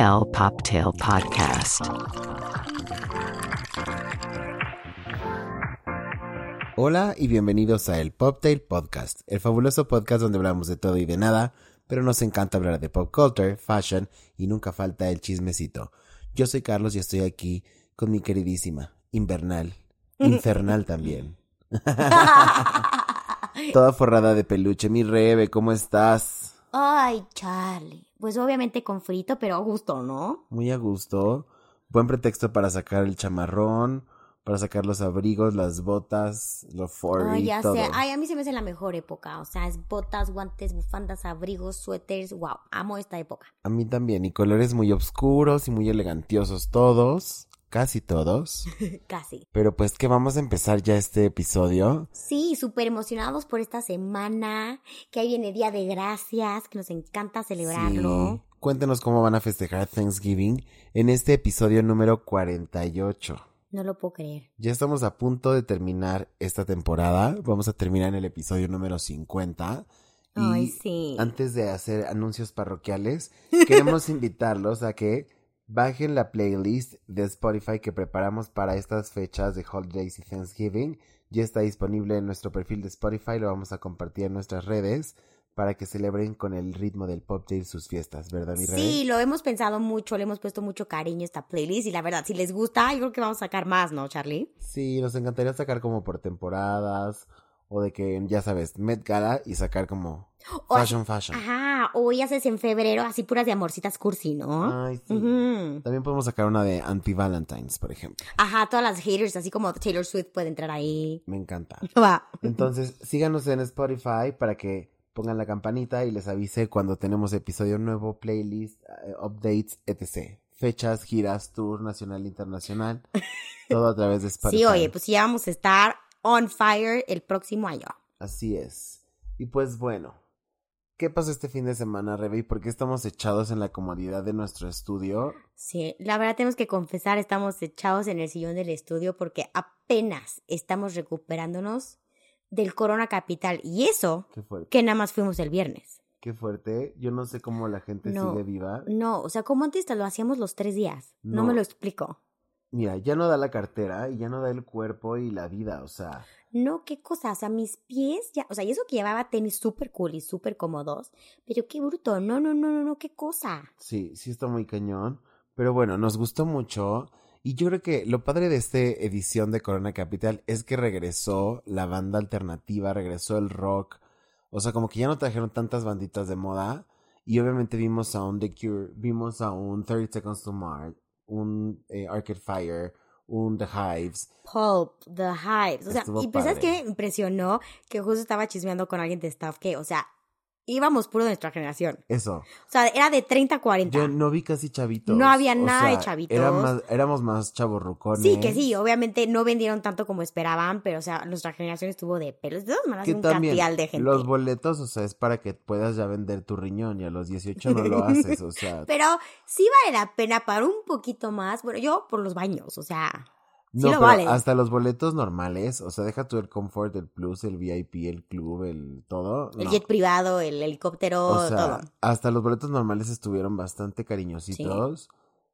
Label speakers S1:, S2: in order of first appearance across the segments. S1: L Poptail Podcast.
S2: Hola y bienvenidos a el Poptail Podcast, el fabuloso podcast donde hablamos de todo y de nada, pero nos encanta hablar de pop culture, fashion y nunca falta el chismecito. Yo soy Carlos y estoy aquí con mi queridísima, invernal, infernal también. Toda forrada de peluche, mi Rebe, ¿cómo estás?
S3: Ay, Charlie. Pues obviamente con frito, pero a gusto, ¿no?
S2: Muy a gusto. Buen pretexto para sacar el chamarrón, para sacar los abrigos, las botas, los furry,
S3: Ay, ya
S2: todo.
S3: sé. Ay, a mí se me hace la mejor época. O sea, es botas, guantes, bufandas, abrigos, suéteres. Wow, amo esta época.
S2: A mí también, y colores muy oscuros y muy elegantiosos todos, casi todos.
S3: Casi.
S2: Pero pues que vamos a empezar ya este episodio.
S3: Sí, súper emocionados por esta semana. Que ahí viene Día de Gracias, que nos encanta celebrarlo.
S2: Sí. Cuéntenos cómo van a festejar Thanksgiving en este episodio número 48.
S3: No lo puedo creer.
S2: Ya estamos a punto de terminar esta temporada. Vamos a terminar en el episodio número 50. Y
S3: Ay, sí.
S2: Antes de hacer anuncios parroquiales, queremos invitarlos a que bajen la playlist de Spotify que preparamos para estas fechas de Holidays y Thanksgiving. Ya está disponible en nuestro perfil de Spotify, lo vamos a compartir en nuestras redes para que celebren con el ritmo del pop de sus fiestas, ¿verdad, mi Rebe?
S3: Sí, lo hemos pensado mucho, le hemos puesto mucho cariño a esta playlist y la verdad, si les gusta, yo creo que vamos a sacar más, ¿no, Charlie?
S2: Sí, nos encantaría sacar como por temporadas o de que, ya sabes, Met Gala y sacar como
S3: O-
S2: Fashion Fashion.
S3: Ajá, hoy haces en febrero así puras de amorcitas cursi, ¿no?
S2: Ay, sí.
S3: Ujú.
S2: También podemos sacar una de Anti-Valentines, por ejemplo.
S3: Ajá, todas las haters, así como Taylor Swift puede entrar ahí.
S2: Me encanta.
S3: Va.
S2: Entonces, síganos en Spotify para que pongan la campanita y les avise cuando tenemos episodio nuevo, playlist, eh, updates, etc. Fechas, giras, tour nacional, internacional. Todo a través de Spotify.
S3: Sí, oye, pues ya vamos a estar on fire el próximo año.
S2: Así es. Y pues bueno, ¿qué pasó este fin de semana, Rebe? ¿Y por qué estamos echados en la comodidad de nuestro estudio?
S3: Sí, la verdad tenemos que confesar, estamos echados en el sillón del estudio porque apenas estamos recuperándonos del Corona Capital. Y eso,
S2: Qué fuerte.
S3: que nada más fuimos el viernes.
S2: Qué fuerte. Yo no sé cómo la gente
S3: No.
S2: sigue viva.
S3: No, o sea, como antes lo hacíamos los tres días. No,
S2: No.
S3: me lo explico.
S2: Mira, ya no da la cartera y ya no da el cuerpo y la vida, o sea.
S3: No, qué cosa, o sea, mis pies ya, o sea, y eso que llevaba tenis súper cool y súper cómodos, pero qué bruto, no, no, no, no, no, qué cosa.
S2: Sí, sí está muy cañón. Pero bueno, nos gustó mucho. Y yo creo que lo padre de esta edición de Corona Capital es que regresó la banda alternativa, regresó el rock. O sea, como que ya no trajeron tantas banditas de moda. Y obviamente vimos a un The Cure, vimos a un 30 Seconds to Mars, un eh, Arcade Fire, un The Hives.
S3: Pulp, The Hives, o sea,
S2: Estuvo
S3: y pues, ¿sabes
S2: padre.
S3: qué me impresionó? Que justo estaba chismeando con alguien de staff que, o sea, íbamos puro de nuestra generación.
S2: Eso.
S3: O sea, era de 30 a 40.
S2: Yo no vi casi chavitos.
S3: No había
S2: O
S3: nada de
S2: sea,
S3: chavitos.
S2: era más- éramos más chavorrucones.
S3: Sí, que sí, obviamente no vendieron tanto como esperaban, pero o sea, nuestra generación estuvo de pelos. De todas maneras,
S2: que
S3: un
S2: también
S3: cantidad de gente.
S2: los boletos, o sea, es para que puedas ya vender tu riñón y a los 18 no lo haces, o sea,
S3: Pero sí vale la pena para un poquito más. Bueno, yo por los baños, o sea. sí
S2: no, pero
S3: lo vale.
S2: hasta los boletos normales, o sea, deja tú el Comfort, el Plus, el VIP, el Club, el todo,
S3: El
S2: no.
S3: jet privado, el helicóptero,
S2: o sea,
S3: todo.
S2: hasta los boletos normales estuvieron bastante cariñositos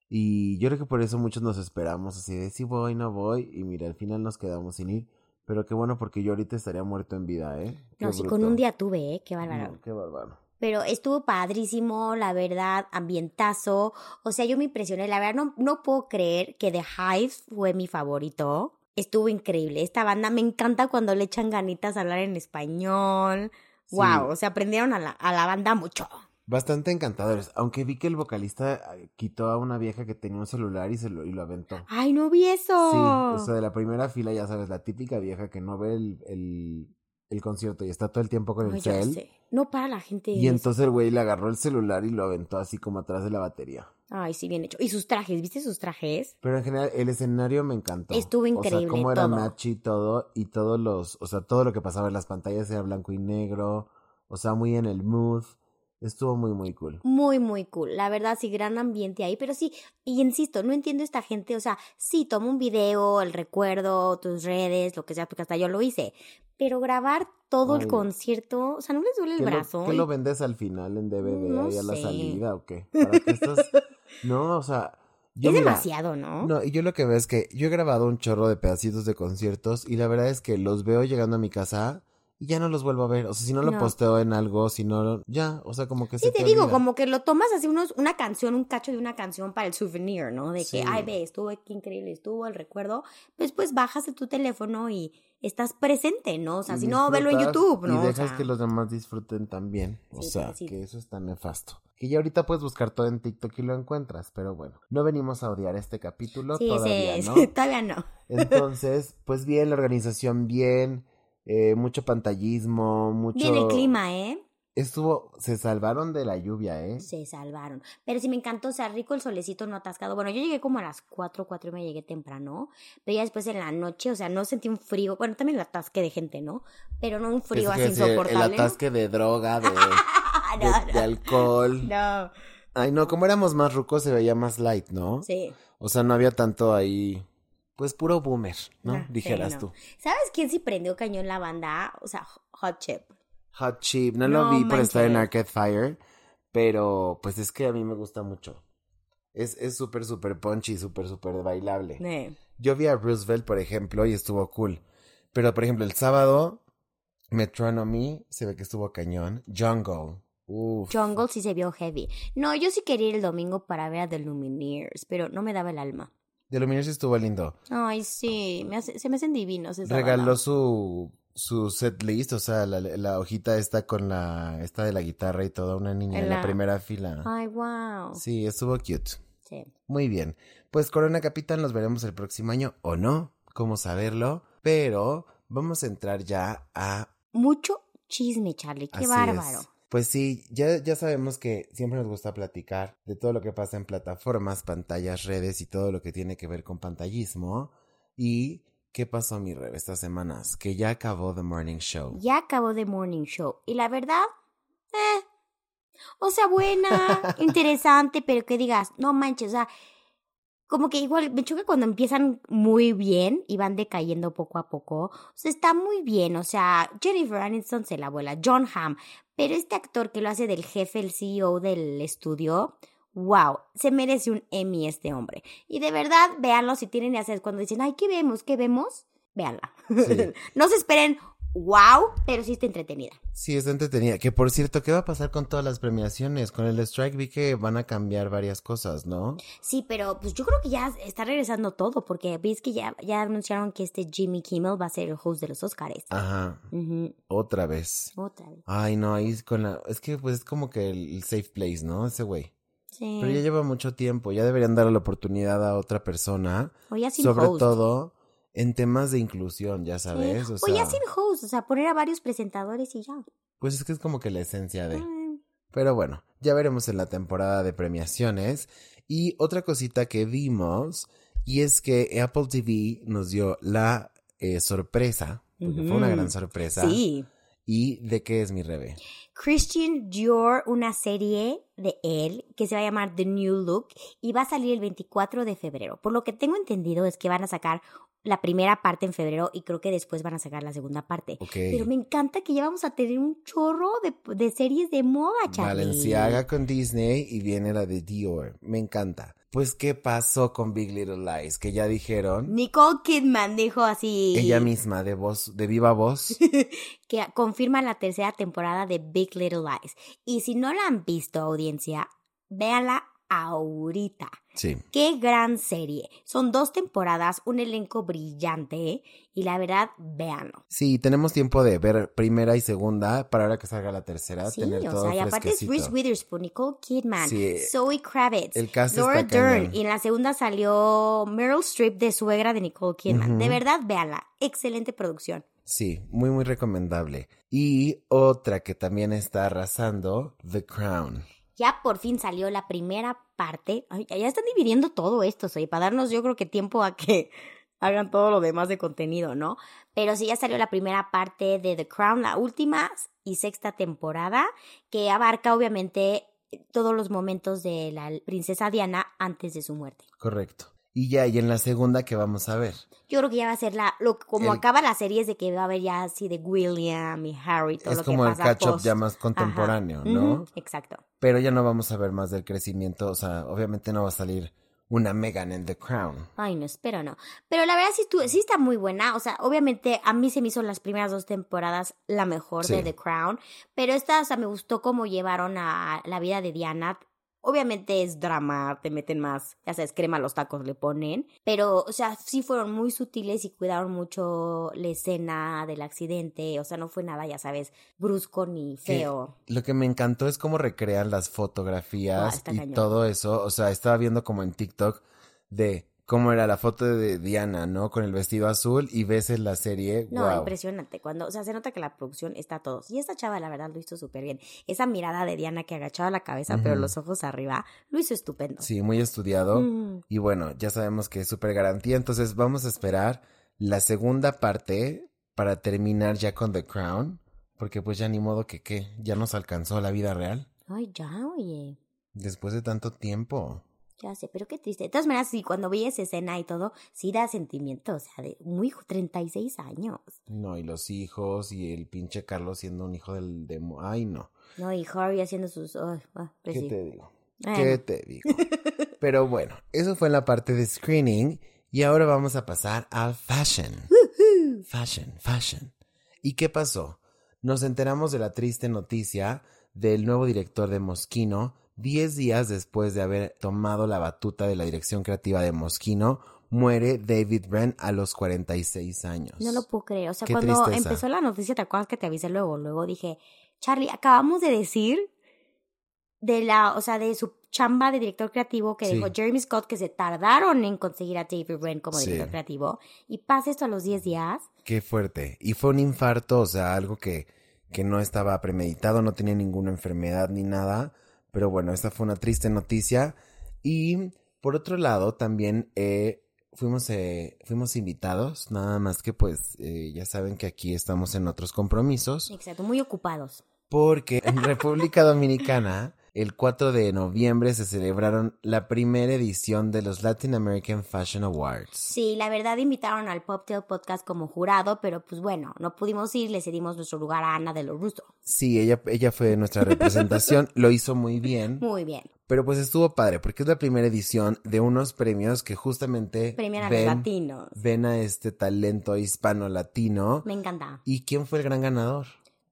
S2: y yo creo que por eso muchos nos esperamos así de si voy, no voy y mira, al final nos quedamos sin ir, pero qué bueno porque yo ahorita estaría muerto en vida, ¿eh? Qué
S3: No, sí,
S2: bruto.
S3: con un día tuve, ¿eh? Qué bárbaro.
S2: No, qué bárbaro.
S3: Pero estuvo padrísimo, la verdad, ambientazo. O sea, yo me impresioné. La verdad, no, no puedo creer que The Hives fue mi favorito. Estuvo increíble. Esta banda me encanta cuando le echan ganitas a hablar en español.
S2: Sí.
S3: Wow, o sea, aprendieron a la, a la banda mucho.
S2: Bastante encantadores, aunque vi que el vocalista eh, quitó a una vieja que tenía un celular y se lo, y lo aventó.
S3: ¡Ay, no vi eso!
S2: Sí, o sea, de la primera fila, ya sabes, la típica vieja que no ve el, el, el concierto y está todo el tiempo con el
S3: Ay, ya
S2: cel.
S3: sé. No para la gente.
S2: Y
S3: eso.
S2: entonces el güey le agarró el celular y lo aventó así como atrás de la batería.
S3: Ay, sí, bien hecho. ¿Y sus trajes? ¿Viste sus trajes?
S2: Pero en general, el escenario me encantó.
S3: Estuvo
S2: O sea,
S3: increíble,
S2: cómo era
S3: todo.
S2: Machi y todo, y todos los, o sea, todo lo que pasaba en las pantallas era blanco y negro, o sea, muy en el mood. Estuvo muy, muy cool.
S3: Muy, muy cool. La verdad, sí, gran ambiente ahí. Pero sí, y insisto, no entiendo esta gente. O sea, sí, toma un video, el recuerdo, tus redes, lo que sea, porque hasta yo lo hice. Pero grabar todo
S2: Ay.
S3: el concierto, o sea, ¿no les duele el
S2: ¿Qué lo-
S3: brazo?
S2: ¿Qué lo vendes al final en DVD
S3: No
S2: ahí a la
S3: sé.
S2: salida o qué? Para que estos No, o sea. yo,
S3: Es
S2: mira,
S3: demasiado, ¿no?
S2: No, y yo lo que veo es que yo he grabado un chorro de pedacitos de conciertos y la verdad es que los veo llegando a mi casa y ya no los vuelvo a ver. O sea, si no lo
S3: No.
S2: posteo en algo, si no, ya, o sea, como que
S3: Sí,
S2: se
S3: te digo,
S2: olvida.
S3: como que lo tomas así unos, una canción, un cacho de una canción para el souvenir, ¿no? De
S2: Sí.
S3: que, ay, ve, estuvo aquí increíble, estuvo el recuerdo. Después bajas de tu teléfono y estás presente, ¿no? O sea,
S2: Y
S3: si no, velo en
S2: disfrutas
S3: YouTube, ¿no?
S2: Y
S3: O
S2: dejas
S3: sea,
S2: que los demás disfruten también. O
S3: Sí,
S2: sea,
S3: porque sí.
S2: que eso está nefasto. Que ya ahorita puedes buscar todo en TikTok y lo encuentras, pero bueno, no venimos a odiar este capítulo
S3: sí,
S2: todavía,
S3: sí,
S2: ¿no?
S3: sí, todavía no.
S2: Entonces, pues bien, la organización bien, eh, mucho pantallismo, mucho...
S3: Bien el clima, ¿eh?
S2: Estuvo, se salvaron de la lluvia, ¿eh?
S3: Se salvaron. Pero sí me encantó, o sea, rico el solecito no atascado. Bueno, yo llegué como a las 4, 4 y me llegué temprano, pero ya después en la noche, o sea, no sentí un frío. Bueno, también el atasque de gente, ¿no? Pero no un
S2: Pensé que
S3: frío así
S2: iba a decir,
S3: insoportable.
S2: El atasque de droga, de,
S3: Ah,
S2: de- de alcohol.
S3: no, no.
S2: Ay, no, como éramos más rucos se veía más light, ¿no?
S3: Sí.
S2: O sea, no había tanto ahí, pues puro boomer, ¿no?
S3: Ah, sí,
S2: Dijeras
S3: no.
S2: tú.
S3: ¿Sabes quién sí prendió cañón la banda? O sea, Hot Chip.
S2: Hot Chip, no, lo
S3: No
S2: vi por estar en
S3: manches.
S2: Arcade Fire, pero pues es que a mí me gusta mucho. Es es súper, súper punchy, súper, súper bailable.
S3: Eh,
S2: Yo vi a Roosevelt, por ejemplo, y estuvo cool. Pero, por ejemplo, el sábado, Metronomy, se ve que estuvo cañón. Jungle. Uf.
S3: Jungle sí se vio heavy. No, yo sí quería ir el domingo para ver a The Lumineers, pero no me daba el alma.
S2: De Lumineers estuvo lindo.
S3: Ay, sí, me hace- se me hacen divinos. Esa
S2: Regaló
S3: banda.
S2: su, su set list, o sea, la, la hojita esta con la, esta de la guitarra y toda una niña en la
S3: La- Ah,
S2: primera fila.
S3: Ay, wow.
S2: Sí, estuvo cute.
S3: Sí.
S2: Muy bien. Pues Corona Capital nos veremos el próximo año o no, cómo saberlo, pero vamos a entrar ya a
S3: Mucho chisme, Charlie. Qué
S2: Así
S3: bárbaro.
S2: es. Pues sí, ya, ya sabemos que siempre nos gusta platicar de todo lo que pasa en plataformas, pantallas, redes y todo lo que tiene que ver con pantallismo. ¿Y qué pasó, mi Rebe, estas semanas? Que ya acabó The Morning Show.
S3: Ya acabó The Morning Show. Y la verdad, eh. O sea, buena, interesante, pero que digas, no manches, o sea, como que igual me choca cuando empiezan muy bien y van decayendo poco a poco. O sea, está muy bien, o sea, Jennifer Aniston se la abuela, John Hamm, pero este actor que lo hace del jefe, el CEO del estudio, wow, se merece un Emmy este hombre. Y de verdad, véanlo si tienen que hacer cuando dicen, ay, ¿qué vemos? ¿Qué vemos? Véanla.
S2: Sí.
S3: no se esperen, wow, pero sí está entretenida.
S2: Sí, está entretenida. Que por cierto, ¿qué va a pasar con todas las premiaciones? Con el strike vi que van a cambiar varias cosas, ¿no?
S3: Sí, pero pues yo creo que ya está regresando todo, porque ves que ya, ya anunciaron que este Jimmy Kimmel va a ser el host de los Oscars.
S2: Ajá,
S3: Ujú,
S2: otra vez.
S3: Otra vez.
S2: Ay, no, ahí es con la... Es que pues es como que el safe place, ¿no? Ese güey.
S3: Sí.
S2: Pero ya lleva mucho tiempo, ya deberían darle la oportunidad a otra persona.
S3: o ya sin
S2: sobre
S3: host.
S2: todo en temas de inclusión, ya
S3: Sí.
S2: sabes. O
S3: o
S2: sea,
S3: ya sin host, o sea, poner a varios presentadores y ya.
S2: Pues es que es como que la esencia de.
S3: Mm,
S2: Pero bueno, ya veremos en la temporada de premiaciones. Y otra cosita que vimos, y es que Apple TV nos dio la eh, sorpresa, porque fue una
S3: Ujú.
S2: gran sorpresa.
S3: Sí.
S2: ¿Y de qué es mi rebe?
S3: Christian Dior, una serie de él que se va a llamar The New Look y va a salir el 24 de febrero. Por lo que tengo entendido es que van a sacar la primera parte en febrero y creo que después van a sacar la segunda parte.
S2: Ok.
S3: Pero me encanta que ya vamos a tener un chorro de, de series de moda, Charlie.
S2: Valenciaga con Disney y viene la de Dior. Me encanta. Pues, ¿qué pasó con Big Little Lies? Que ya dijeron,
S3: Nicole Kidman dijo así
S2: ella misma, de voz, de viva voz.
S3: que confirma la tercera temporada de Big Little Lies. Y si no la han visto, audiencia, véanla ahorita.
S2: Sí.
S3: Qué gran serie. Son dos temporadas, un elenco brillante y la verdad, véanlo.
S2: Sí, tenemos tiempo de ver primera y segunda para ahora que salga la tercera,
S3: Sí,
S2: tener
S3: o
S2: todo
S3: sea, y aparte es
S2: fresquecito.
S3: Reese Witherspoon, Nicole Kidman,
S2: Sí.
S3: Zoe Kravitz,
S2: El cast
S3: Laura
S2: está
S3: Dern.
S2: cañón.
S3: Y en la segunda salió Meryl Streep de suegra de Nicole Kidman.
S2: Ujú.
S3: De verdad, véanla. Excelente producción.
S2: Sí, muy muy recomendable. Y otra que también está arrasando, The Crown.
S3: Ya por fin salió la primera parte. Ay, ya están dividiendo todo esto, soy para darnos yo creo que tiempo a que hagan todo lo demás de contenido, ¿no? Pero sí, ya salió la primera parte de The Crown, la última y sexta temporada, que abarca obviamente todos los momentos de la princesa Diana antes de su muerte.
S2: Correcto. Y ya, y en la segunda que vamos a ver.
S3: Yo creo que ya va a ser la. Lo, como
S2: El-
S3: acaba la serie es de que va a haber ya así de William y Harry, todo
S2: es
S3: lo
S2: como
S3: que
S2: el
S3: pasa
S2: catch-up
S3: post.
S2: ya más contemporáneo, ¿no?
S3: Ujú, Exacto.
S2: Pero ya no vamos a ver más del crecimiento, o sea, obviamente no va a salir una Megan en The Crown.
S3: Ay, no, espero no. Pero la verdad sí, estu- sí está muy buena. O sea, obviamente a mí se me hizo las primeras dos temporadas la mejor de
S2: Sí.
S3: The Crown. Pero esta, o sea, me gustó cómo llevaron a la vida de Diana. Obviamente es drama, te meten más, ya sabes, crema a los tacos le ponen. Pero, o sea, sí fueron muy sutiles y cuidaron mucho la escena del accidente. O sea, no fue nada, ya sabes, brusco ni
S2: Que
S3: feo.
S2: Lo que me encantó es cómo recrean las
S3: Ah,
S2: fotografías
S3: está
S2: y
S3: cañón.
S2: todo eso. O sea, estaba viendo como en TikTok de cómo era la foto de Diana, ¿no? Con el vestido azul y ves en la serie.
S3: No,
S2: wow.
S3: impresionante. Cuando, o sea, se nota que la producción está a todos. Y esta chava, la verdad, lo hizo súper bien. Esa mirada de Diana que agachaba la cabeza, pero
S2: Ujú.
S3: los ojos arriba, lo hizo estupendo.
S2: Sí, muy estudiado.
S3: Mm,
S2: Y bueno, ya sabemos que es súper garantía. Entonces vamos a esperar la segunda parte para terminar ya con The Crown. Porque pues ya ni modo que qué, ya nos alcanzó la vida real.
S3: Ay, ya, oye.
S2: Después de tanto tiempo.
S3: Ya sé, pero qué triste. De todas maneras, sí, cuando vi esa escena y todo, sí da sentimiento. O sea, de muy jo- 36 años.
S2: No, y los hijos y el pinche Carlos siendo un hijo del demo. Ay, no.
S3: No, y Harry haciendo sus. ay, ah, pues
S2: ¿Qué
S3: sí.
S2: te digo?
S3: Bueno.
S2: ¿Qué te digo? Pero bueno, eso fue la parte de screening y ahora vamos a pasar al fashion. Fashion, fashion. ¿Y qué pasó? Nos enteramos de la triste noticia del nuevo director de Mosquino 10 días después de haber tomado la batuta de la dirección creativa de Mosquino. Muere David Brent a los 46 años.
S3: No lo puedo creer. O sea,
S2: Pues, Qué
S3: cuando
S2: tristeza.
S3: empezó la noticia, ¿te acuerdas que te avisé luego? Luego dije, Charlie, acabamos de decir de la, o sea, de su chamba de director creativo que
S2: Sí.
S3: dijo Jeremy Scott que se tardaron en conseguir a David Wren como
S2: Sí.
S3: director creativo y pasa esto a los 10 días.
S2: Qué fuerte. Y fue un infarto, o sea, algo que, que no estaba premeditado, no tenía ninguna enfermedad ni nada. Pero bueno, esta fue una triste noticia. Y por otro lado, también eh, fuimos, eh, fuimos invitados, nada más que pues eh, ya saben que aquí estamos en otros compromisos.
S3: Exacto, muy ocupados.
S2: Porque en República Dominicana, el 4 de noviembre se celebraron la primera edición de los Latin American Fashion Awards.
S3: Sí, la verdad invitaron al Poptail Podcast como jurado, pero pues bueno, no pudimos ir, le cedimos nuestro lugar a Ana de los Russo.
S2: Sí, ella, ella fue nuestra representación, lo hizo muy bien.
S3: Muy bien.
S2: Pero pues estuvo padre, porque es la primera edición de unos premios que justamente
S3: Premian a los
S2: ven,
S3: latinos.
S2: ven a este talento hispano-latino.
S3: Me encanta.
S2: ¿Y quién fue el gran ganador?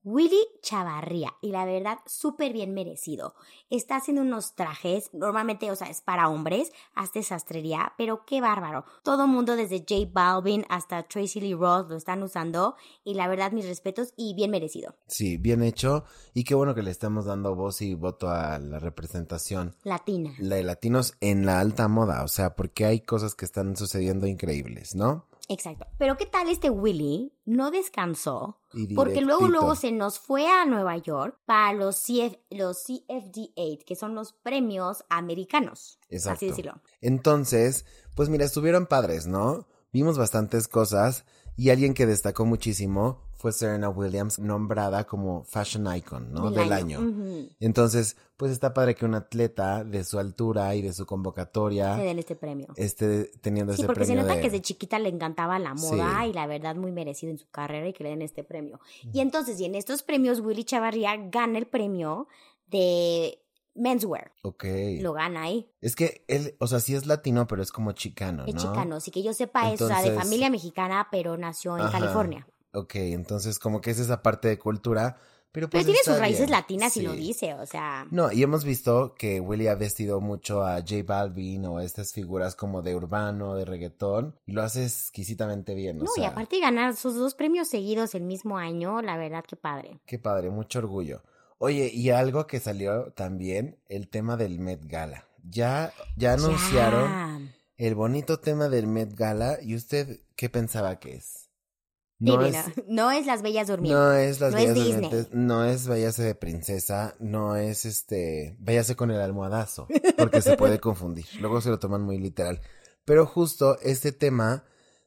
S3: Willy Chavarría, y la verdad, súper bien merecido. Está haciendo unos trajes, normalmente, o sea, es para hombres, hace sastrería, pero qué bárbaro. Todo mundo, desde J Balvin hasta Tracy Lee Ross, lo están usando, y la verdad, mis respetos y bien merecido.
S2: Sí, bien hecho. Y qué bueno que le estamos dando voz y voto a la representación
S3: Latina.
S2: la de latinos en la alta moda. O sea, porque hay cosas que están sucediendo increíbles, ¿no?
S3: Exacto. Pero qué tal este Willy no descansó,
S2: Y
S3: porque luego
S2: directito.
S3: luego se nos fue a Nueva York para los, CF los CFD8, que son los premios americanos. Así
S2: Exacto.
S3: decirlo.
S2: Entonces, pues mira, estuvieron padres, ¿no? Vimos bastantes cosas y alguien que destacó muchísimo fue Serena Williams, nombrada como Fashion Icon, ¿no? Del año.
S3: Ujú.
S2: Entonces, pues está padre que un atleta de su altura y de su convocatoria
S3: Se den este premio.
S2: esté teniendo
S3: Sí,
S2: ese
S3: porque se
S2: premio
S3: nota
S2: de-
S3: que desde chiquita le encantaba la moda
S2: Sí.
S3: y la verdad muy merecido en su carrera y que le den este premio. Y entonces, y en estos premios, Willy Chavarría gana el premio de menswear.
S2: Ok.
S3: Lo gana ahí.
S2: Es que él, o sea, sí es latino, pero es como chicano,
S3: Es
S2: ¿no?
S3: chicano, así que yo sepa eso, o sea, de
S2: Entonces-
S3: familia mexicana, pero nació en
S2: Ajá.
S3: California.
S2: Ok, entonces como que es esa parte de cultura, pero
S3: Pero
S2: pues
S3: tiene
S2: está
S3: sus raíces
S2: bien.
S3: latinas y lo
S2: Sí.
S3: dice, o sea.
S2: No, y hemos visto que Willy ha vestido mucho a J Balvin o a estas figuras como de urbano, de reggaetón, y lo hace exquisitamente bien. o
S3: No, y
S2: sea,
S3: aparte de ganar sus dos premios seguidos el mismo año, la verdad que padre.
S2: Qué padre, mucho orgullo. Oye, y algo que salió también, el tema del Met Gala. Ya, ya anunciaron
S3: Ya.
S2: el bonito tema del Met Gala, y usted, ¿qué pensaba que es?
S3: Divino. No es Las Bellas Durmientes.
S2: No es las
S3: No es
S2: Bellas
S3: Disney.
S2: Durmientes, no es Váyase de princesa, no es este, Váyase con el almohadazo, porque se puede confundir. Luego se lo toman muy literal. Pero justo este tema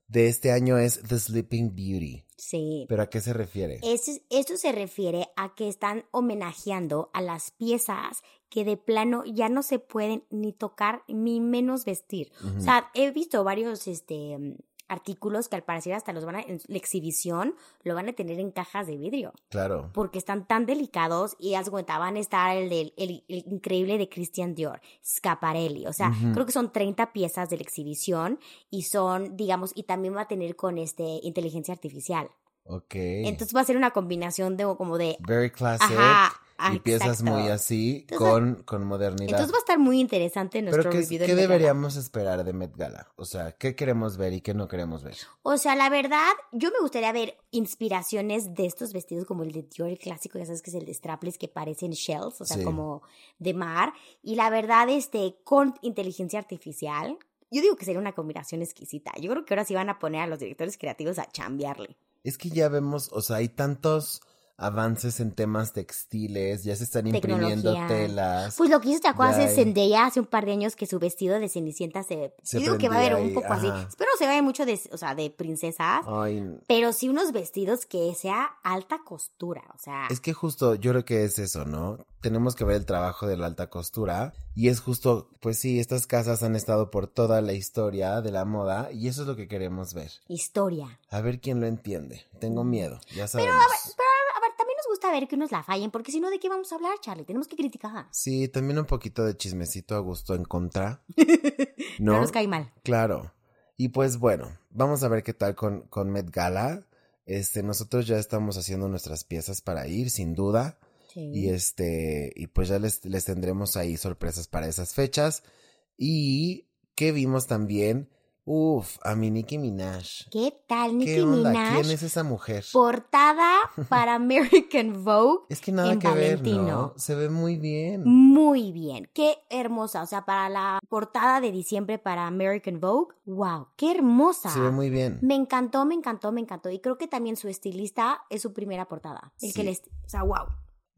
S2: de este año es The Sleeping Beauty.
S3: Sí.
S2: ¿Pero a qué se refiere?
S3: Eso, eso se refiere a que están homenajeando a las piezas que de plano ya no se pueden ni tocar ni menos vestir.
S2: Ujú.
S3: O sea, he visto varios este, mm, artículos que al parecer hasta los van a, en la exhibición lo van a tener en cajas de vidrio
S2: claro.
S3: porque están tan delicados y haz cuenta, van a estar el, del- el- el increíble de Christian Dior, Scaparelli, o sea,
S2: Ujú.
S3: creo que son 30 piezas de la exhibición y son, digamos, y también va a tener con este inteligencia artificial.
S2: Ok.
S3: Entonces va a ser una combinación de como de
S2: Very classic.
S3: ajá,
S2: y
S3: ah,
S2: piezas
S3: exacto.
S2: muy así,
S3: Entonces-
S2: con, con modernidad.
S3: Entonces va a estar muy interesante nuestro
S2: Pero ¿qué, es-
S3: review del
S2: qué
S3: Met Gala.
S2: deberíamos esperar de Met Gala? O sea, ¿qué queremos ver y qué no queremos ver?
S3: O sea, la verdad, yo me gustaría ver inspiraciones de estos vestidos como el de Dior el clásico, ya sabes que es el de strapless que parecen shells, o sea,
S2: Sí.
S3: como de mar. Y la verdad, este, con inteligencia artificial, yo digo que sería una combinación exquisita. Yo creo que ahora sí van a poner a los directores creativos a chambearle.
S2: Es que ya vemos, o sea, hay tantos avances en temas textiles, ya se están imprimiendo
S3: Tecnología.
S2: telas.
S3: Pues lo que hizo, ¿te acuerdas?
S2: Ya
S3: Es
S2: hay-
S3: Zendaya hace un par de años que su vestido de Cenicienta se...
S2: Se
S3: yo digo que va a haber
S2: prendía
S3: un poco
S2: ahí,
S3: así.
S2: ajá. Ah.
S3: Espero se vaya mucho de, o sea, de princesas,
S2: Ay,
S3: pero sí unos vestidos que sea alta costura, o sea...
S2: es que justo yo creo que es eso, ¿no? Tenemos que ver el trabajo de la alta costura y es justo, pues sí, estas casas han estado por toda la historia de la moda y eso es lo que queremos ver.
S3: Historia.
S2: A ver quién lo entiende. Tengo miedo, ya sabemos.
S3: A ver, también nos gusta ver que unos la fallen, porque si no, ¿de qué vamos a hablar, Charlie? Tenemos que criticar.
S2: Sí, también un poquito de chismecito a gusto en contra.
S3: No,
S2: ¿No?
S3: nos cae mal.
S2: Claro. Y pues bueno, vamos a ver qué tal con, con Met Gala. Este, nosotros ya estamos haciendo nuestras piezas para ir, sin duda. Y este, y pues ya les, les tendremos ahí sorpresas para esas fechas. Y que vimos también, uff, a mi Nicki Minaj.
S3: ¿Qué tal,
S2: ¿Qué
S3: Nicki
S2: onda?
S3: Minaj?
S2: ¿Quién es esa mujer?
S3: Portada para American Vogue.
S2: Es que nada
S3: en
S2: que ver, ¿no?
S3: Valentino.
S2: Se ve muy bien.
S3: Muy bien, qué hermosa. O sea, para la portada de diciembre para American Vogue, wow, qué hermosa.
S2: Se ve muy bien.
S3: Me encantó, me encantó, me encantó. Y creo que también su estilista es su primera portada. El
S2: Sí.
S3: que les. O sea, wow.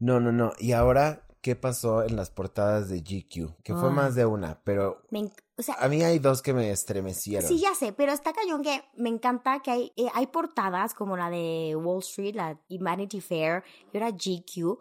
S2: No, no, no. Y ahora, ¿qué pasó en las portadas de GQ? Que fue
S3: Ay.
S2: más de una, pero
S3: Me enc- o sea,
S2: a mí hay dos que me estremecieron.
S3: Sí, ya sé, pero está cañón que me encanta que hay, eh, hay portadas como la de Wall Street, la y Vanity Fair y ahora GQ,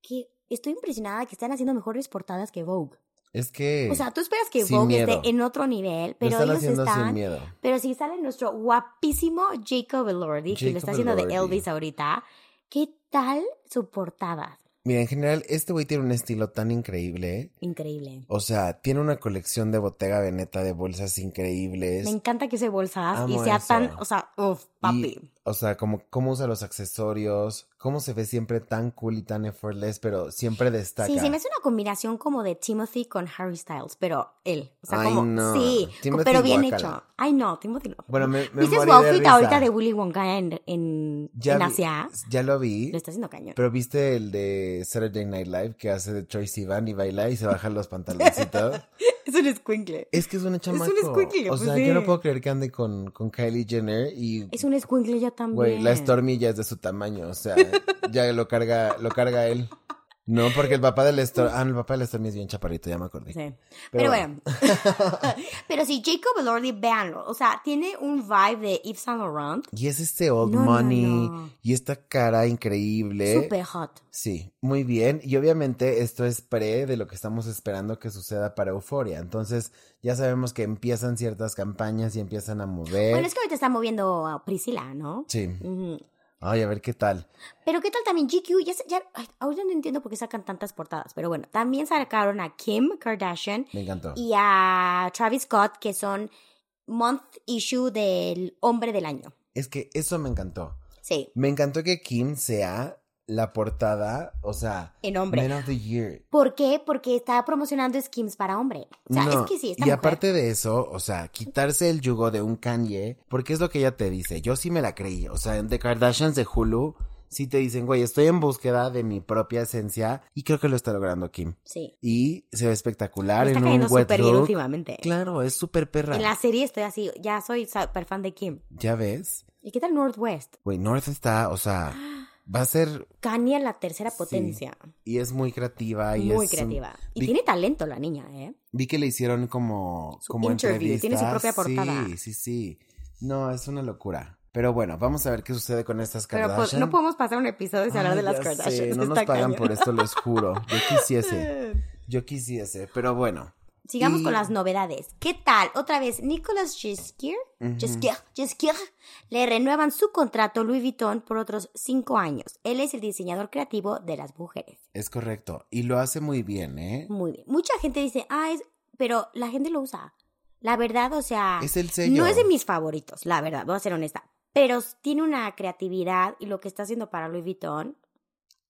S3: que estoy impresionada que están haciendo mejores portadas que Vogue.
S2: Es que
S3: O sea, tú esperas que
S2: Sin
S3: Vogue
S2: miedo.
S3: esté en otro nivel, pero
S2: lo están
S3: ellos
S2: haciendo sin
S3: están...
S2: miedo.
S3: Pero si sale nuestro guapísimo Jacob Elordi, que
S2: Jacob
S3: lo está haciendo
S2: Elordi.
S3: de Elvis ahorita, ¿qué tal su portada?
S2: Mira, en general, este güey tiene un estilo tan increíble.
S3: Increíble.
S2: O sea, tiene una colección de Bottega Veneta de bolsas increíbles.
S3: Me encanta que use bolsas y
S2: Amo
S3: sea
S2: eso.
S3: tan, o sea, uff, papi.
S2: Y, o sea, como cómo usa los accesorios, cómo se ve siempre tan cool y tan effortless, pero siempre destaca.
S3: Sí, se me hace una combinación como de Timothy con Harry Styles, pero él. O sea,
S2: Ay,
S3: como.
S2: no.
S3: Sí,
S2: Timothy,
S3: pero bien
S2: guácala.
S3: hecho. Ay, no, Timothy no.
S2: Bueno, me, me
S3: ¿Viste
S2: morí
S3: su
S2: de
S3: outfit
S2: risa.
S3: ahorita de Willy Wonka en, en,
S2: Ya
S3: en
S2: vi-
S3: Asia?
S2: Ya lo vi.
S3: Lo está haciendo cañón.
S2: Pero viste el de Saturday Night Live que hace de Troy Sivan y baila y se bajan los pantaloncitos.
S3: Es un escuincle.
S2: es que es una chamaco.
S3: escuincle,
S2: o
S3: pues
S2: sea,
S3: sí.
S2: yo no puedo creer que ande con, con Kylie Jenner y
S3: Es un escuincle yo también.
S2: güey, la Stormy ya es de su tamaño, o sea, ya lo carga, lo carga él. No, porque el papá del Stormy, ah, no, el papá del Stormy es bien chaparrito, ya me acordé.
S3: Sí. Pero, bueno. pero sí, Jacob Elordi, véanlo. O sea, tiene un vibe de Yves Saint Laurent.
S2: Y es este old
S3: No, no,
S2: money
S3: no.
S2: y esta cara increíble.
S3: Super hot.
S2: Sí, muy bien. Y obviamente esto es pre de lo que estamos esperando que suceda para Euforia. Entonces, ya sabemos que empiezan ciertas campañas y empiezan a mover.
S3: Bueno, es que ahorita está moviendo a Priscila, ¿no?
S2: Sí.
S3: Ujú.
S2: Ay, a ver qué tal.
S3: Pero qué tal también GQ, ya, se- ya ay, ahorita no entiendo por qué sacan tantas portadas, pero bueno, también sacaron a Kim Kardashian
S2: Me encantó.
S3: y a Travis Scott, que son month issue del hombre del año.
S2: Es que eso me encantó.
S3: Sí,
S2: Me encantó que Kim sea la portada, o sea,
S3: en hombre.
S2: Man of the Year.
S3: ¿Por qué? Porque está promocionando skins para hombre. O sea,
S2: No,
S3: es que sí,
S2: y
S3: esta mujer-
S2: aparte de eso, o sea, quitarse el yugo de un Kanye, porque es lo que ella te dice, yo sí me la creí, o sea, de Kardashians de Hulu, sí te dicen, güey, estoy en búsqueda de mi propia esencia y creo que lo está logrando Kim.
S3: Sí,
S2: Y se ve
S3: me
S2: espectacular
S3: está
S2: en un
S3: cayendo
S2: wet
S3: súper bien
S2: look.
S3: últimamente.
S2: Claro, es súper perra.
S3: En la serie estoy así, ya soy súper fan de Kim.
S2: Ya ves,
S3: ¿Y qué tal Northwest?
S2: güey, North está, o sea, va a ser
S3: Kanye la tercera
S2: Sí.
S3: potencia.
S2: y es muy creativa y
S3: Muy
S2: es-
S3: creativa. Y
S2: vi-
S3: tiene talento la niña, ¿eh?
S2: Vi que le hicieron como,
S3: Su
S2: como
S3: interview, tiene su
S2: entrevistas.
S3: propia portada.
S2: Sí, sí, sí. No, es una locura. Pero bueno, vamos a ver qué sucede con estas
S3: Pero
S2: Kardashian.
S3: pues, no podemos pasar un episodio sin hablar de
S2: Ay,
S3: las
S2: ya sé,
S3: Kardashian.
S2: no nos pagan por esto, les juro. Yo quisiese. Yo quisiese. Pero bueno.
S3: Sigamos
S2: Y-
S3: con las novedades. ¿Qué tal? Otra vez, Nicolas Giskier, Giskier, Giskier, le renuevan su contrato Louis Vuitton por otros cinco años. Él es el diseñador creativo de las mujeres.
S2: Es correcto. Y lo hace muy bien, ¿eh?
S3: Muy bien. Mucha gente dice, ah, es... pero la gente lo usa. La verdad, o sea,
S2: Es el sello.
S3: no es de mis favoritos, la verdad, voy a ser honesta. Pero tiene una creatividad y lo que está haciendo para Louis Vuitton,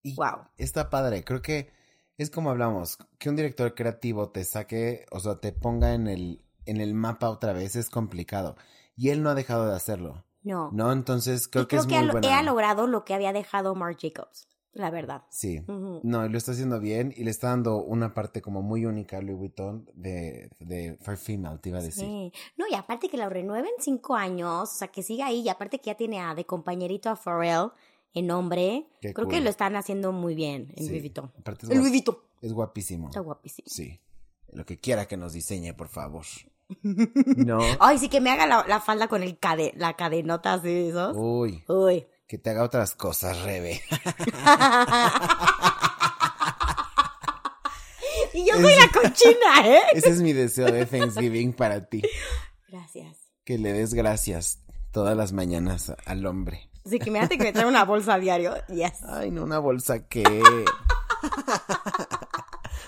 S2: Y
S3: wow.
S2: Está padre. Creo que es como hablamos. Que un director creativo te saque, o sea, te ponga en el, en el mapa otra vez es complicado. Y él no ha dejado de hacerlo.
S3: No.
S2: ¿No? Entonces
S3: Y
S2: creo que
S3: creo
S2: es
S3: que,
S2: muy
S3: ha-
S2: buena.
S3: ha logrado lo que había dejado Marc Jacobs, la verdad.
S2: Sí.
S3: Ujú.
S2: No, y lo está haciendo bien y le está dando una parte como muy única a Louis Vuitton de, de For Female, te iba a decir.
S3: Sí. No, y aparte que lo renueven cinco años, o sea, que siga ahí, y aparte que ya tiene a, de compañerito a Pharrell en nombre,
S2: Qué
S3: creo
S2: cool.
S3: que lo están haciendo muy bien en
S2: Sí.
S3: Louis Vuitton.
S2: Aparte es,
S3: El
S2: guap-
S3: Louis Vuitton.
S2: es guapísimo.
S3: Está guapísimo.
S2: Sí. Lo que quiera que nos diseñe, por favor. No.
S3: Ay, sí, que me haga la, la falda con el cade, la cadenota así, de esos.
S2: Uy,
S3: Uy.
S2: que te haga otras cosas, Rebe.
S3: Y yo soy la cochina, ¿eh?
S2: Ese es mi deseo de Thanksgiving para ti.
S3: Gracias.
S2: Que le des gracias todas las mañanas al hombre.
S3: Así que me hace que me trae una bolsa a diario. Yes.
S2: Ay, no, una bolsa que.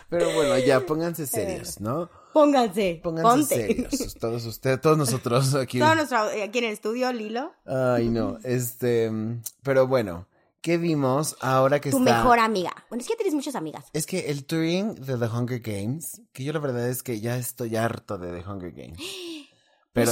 S2: Pero bueno, ya pónganse serios, ¿no?
S3: Pónganse.
S2: Pónganse
S3: Eh, ponte.
S2: serios. Todos ustedes, todos nosotros aquí.
S3: Todo nuestro, eh, aquí en el estudio, Lilo.
S2: Ay, no. Este. mm, Pero bueno, ¿qué vimos ahora que
S3: Tu
S2: está.
S3: mejor amiga. Bueno, es que tienes muchas amigas.
S2: Es que el touring de The Hunger Games, que yo la verdad es que ya estoy harto de The Hunger Games.
S3: sí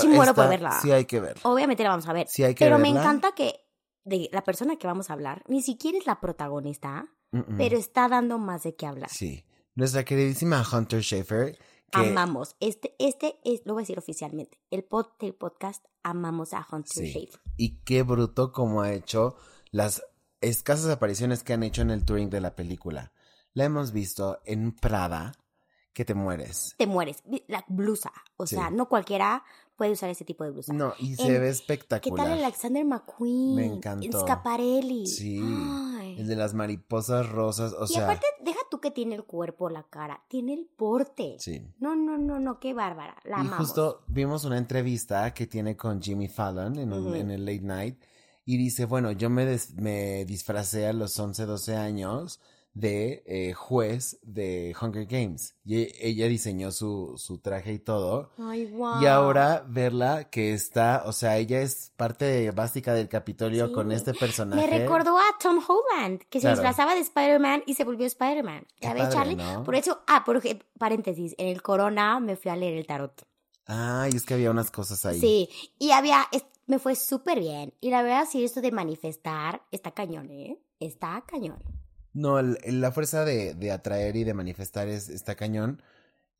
S3: muero por
S2: esta
S3: verla.
S2: Sí hay que ver.
S3: Obviamente la vamos a ver.
S2: Sí hay que
S3: Pero me
S2: verla.
S3: encanta que de la persona que vamos a hablar ni siquiera es la protagonista,
S2: Mm, mm.
S3: Oh, pero está dando más de qué hablar.
S2: Sí. Nuestra queridísima Hunter Schaefer. Que,
S3: Amamos. Este, este es, lo voy a decir oficialmente. El, pod, el podcast amamos a Hunter
S2: Sí.
S3: Schaefer.
S2: Y qué bruto como ha hecho las escasas apariciones que han hecho en el touring de la película. La hemos visto en Prada, que te mueres.
S3: Te mueres. La blusa. O
S2: Sí.
S3: sea, no cualquiera puede usar ese tipo de blusa.
S2: No, y se
S3: en-
S2: ve
S3: ¿Qué
S2: espectacular.
S3: tal el Alexander McQueen?
S2: Me encantó.
S3: El Scaparelli.
S2: Sí.
S3: Ay.
S2: El de las mariposas rosas, o
S3: y
S2: sea.
S3: aparte, deja tú que tiene el cuerpo, la cara. Tiene el porte.
S2: Sí.
S3: No, no, no, no. Qué bárbara. La
S2: Y
S3: amamos.
S2: justo vimos una entrevista que tiene con Jimmy Fallon en, un-
S3: Ujú.
S2: en el late night y dice, bueno, yo me, des- me disfracé a los 11, 12 años de eh, juez de Hunger Games. Y e- ella diseñó su, su traje y todo.
S3: Ay, wow.
S2: Y ahora verla que está, o sea, ella es parte básica del Capitolio
S3: Sí.
S2: con este
S3: Me
S2: personaje.
S3: recordó a Tom Holland, que se
S2: Claro.
S3: disfrazaba de Spider-Man y se volvió Spider-Man.
S2: Qué
S3: ¿Sabes,
S2: padre,
S3: ¿eh, Charlie?
S2: ¿no?
S3: Por eso, ah, por ej- paréntesis, en el corona me fui a leer el tarot.
S2: Ay, es que había unas cosas ahí.
S3: Sí, y había, es- me fue súper bien. Y la verdad, sí, esto de manifestar está cañón, ¿eh? Está cañón.
S2: No, el- el- la fuerza de, de atraer y de manifestar es, está cañón.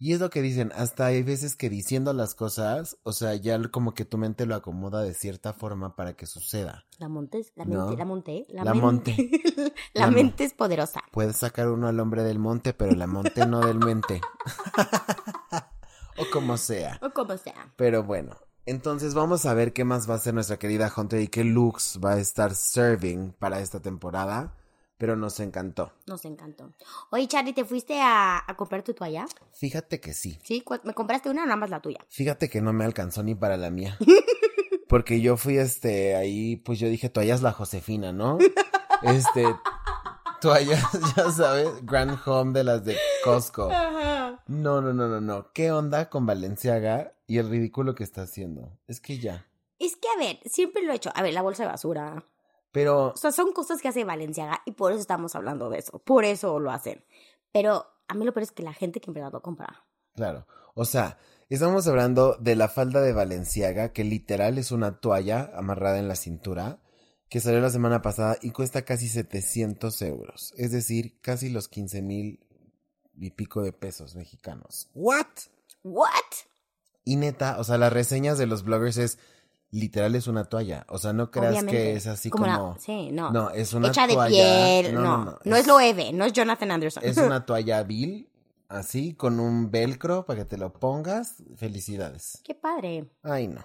S2: Y es lo que dicen, hasta hay veces que diciendo las cosas, o sea, ya l- como que tu mente lo acomoda de cierta forma para que suceda.
S3: La montes, la
S2: No.
S3: mente, la monté, la,
S2: La
S3: men-
S2: monté.
S3: la
S2: La mon-
S3: mente es poderosa.
S2: Puedes sacar uno al hombre del monte, pero la monte no del mente. o como sea.
S3: O como sea.
S2: Pero bueno, entonces vamos a ver qué más va a hacer nuestra querida Hunter y qué looks va a estar serving para esta temporada. Pero nos encantó.
S3: Nos encantó. Oye, Charlie, ¿te fuiste a, a comprar tu toalla?
S2: Fíjate que sí.
S3: ¿Sí? ¿Cu- ¿Me compraste una o nada más la tuya?
S2: Fíjate que no me alcanzó ni para la mía. Porque yo fui, este, ahí, pues yo dije, toallas la Josefina, ¿no? Este, toallas, ya sabes, Grand Home de las de Costco. No, no, no, no, no. ¿Qué onda con Valenciaga y el ridículo que está haciendo? Es que ya.
S3: Es que, a ver, siempre lo he hecho. A ver, la bolsa de basura.
S2: Pero,
S3: O sea, son cosas que hace Valenciaga y por eso estamos hablando de eso. Por eso lo hacen. Pero a mí lo peor es que la gente que en verdad lo compra.
S2: claro, o sea, estamos hablando de la falda de Valenciaga, que literal es una toalla amarrada en la cintura, que salió la semana pasada y cuesta casi 700 euros. Es decir, casi los 15 mil y pico de pesos mexicanos. ¿What?
S3: ¿What?
S2: Y neta, o sea, las reseñas de los bloggers es literal es una toalla. O sea, no creas que es así como.
S3: la- sí, no.
S2: No, es una
S3: Hecha de
S2: toalla.
S3: piel. No, no, es,
S2: lo
S3: Loewe, no es Jonathan Anderson.
S2: Es una toalla vil, así, con un velcro para que te lo pongas. Felicidades.
S3: Qué padre.
S2: Ay, no.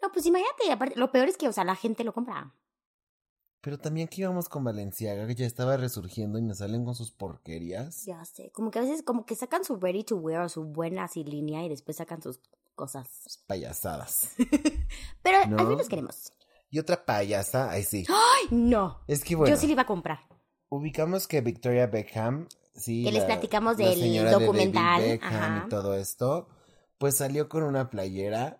S3: No, pues imagínate, aparte, lo peor es que, o sea, la gente lo compra.
S2: Pero también que íbamos con Valenciaga, que ya estaba resurgiendo y me salen con sus porquerías.
S3: Ya sé, como que a veces, como que sacan su ready to wear o su buena así línea y después sacan sus cosas.
S2: Payasadas.
S3: Pero
S2: No.
S3: al fin los queremos.
S2: Y otra payasa, ay sí.
S3: ¡Ay, no!
S2: Es que bueno,
S3: ¡Ah! Yo sí le iba a comprar.
S2: ubicamos que Victoria Beckham, sí.
S3: Que les platicamos del
S2: señora de David
S3: documental,
S2: Beckham
S3: ajá.
S2: y todo esto, pues salió con una playera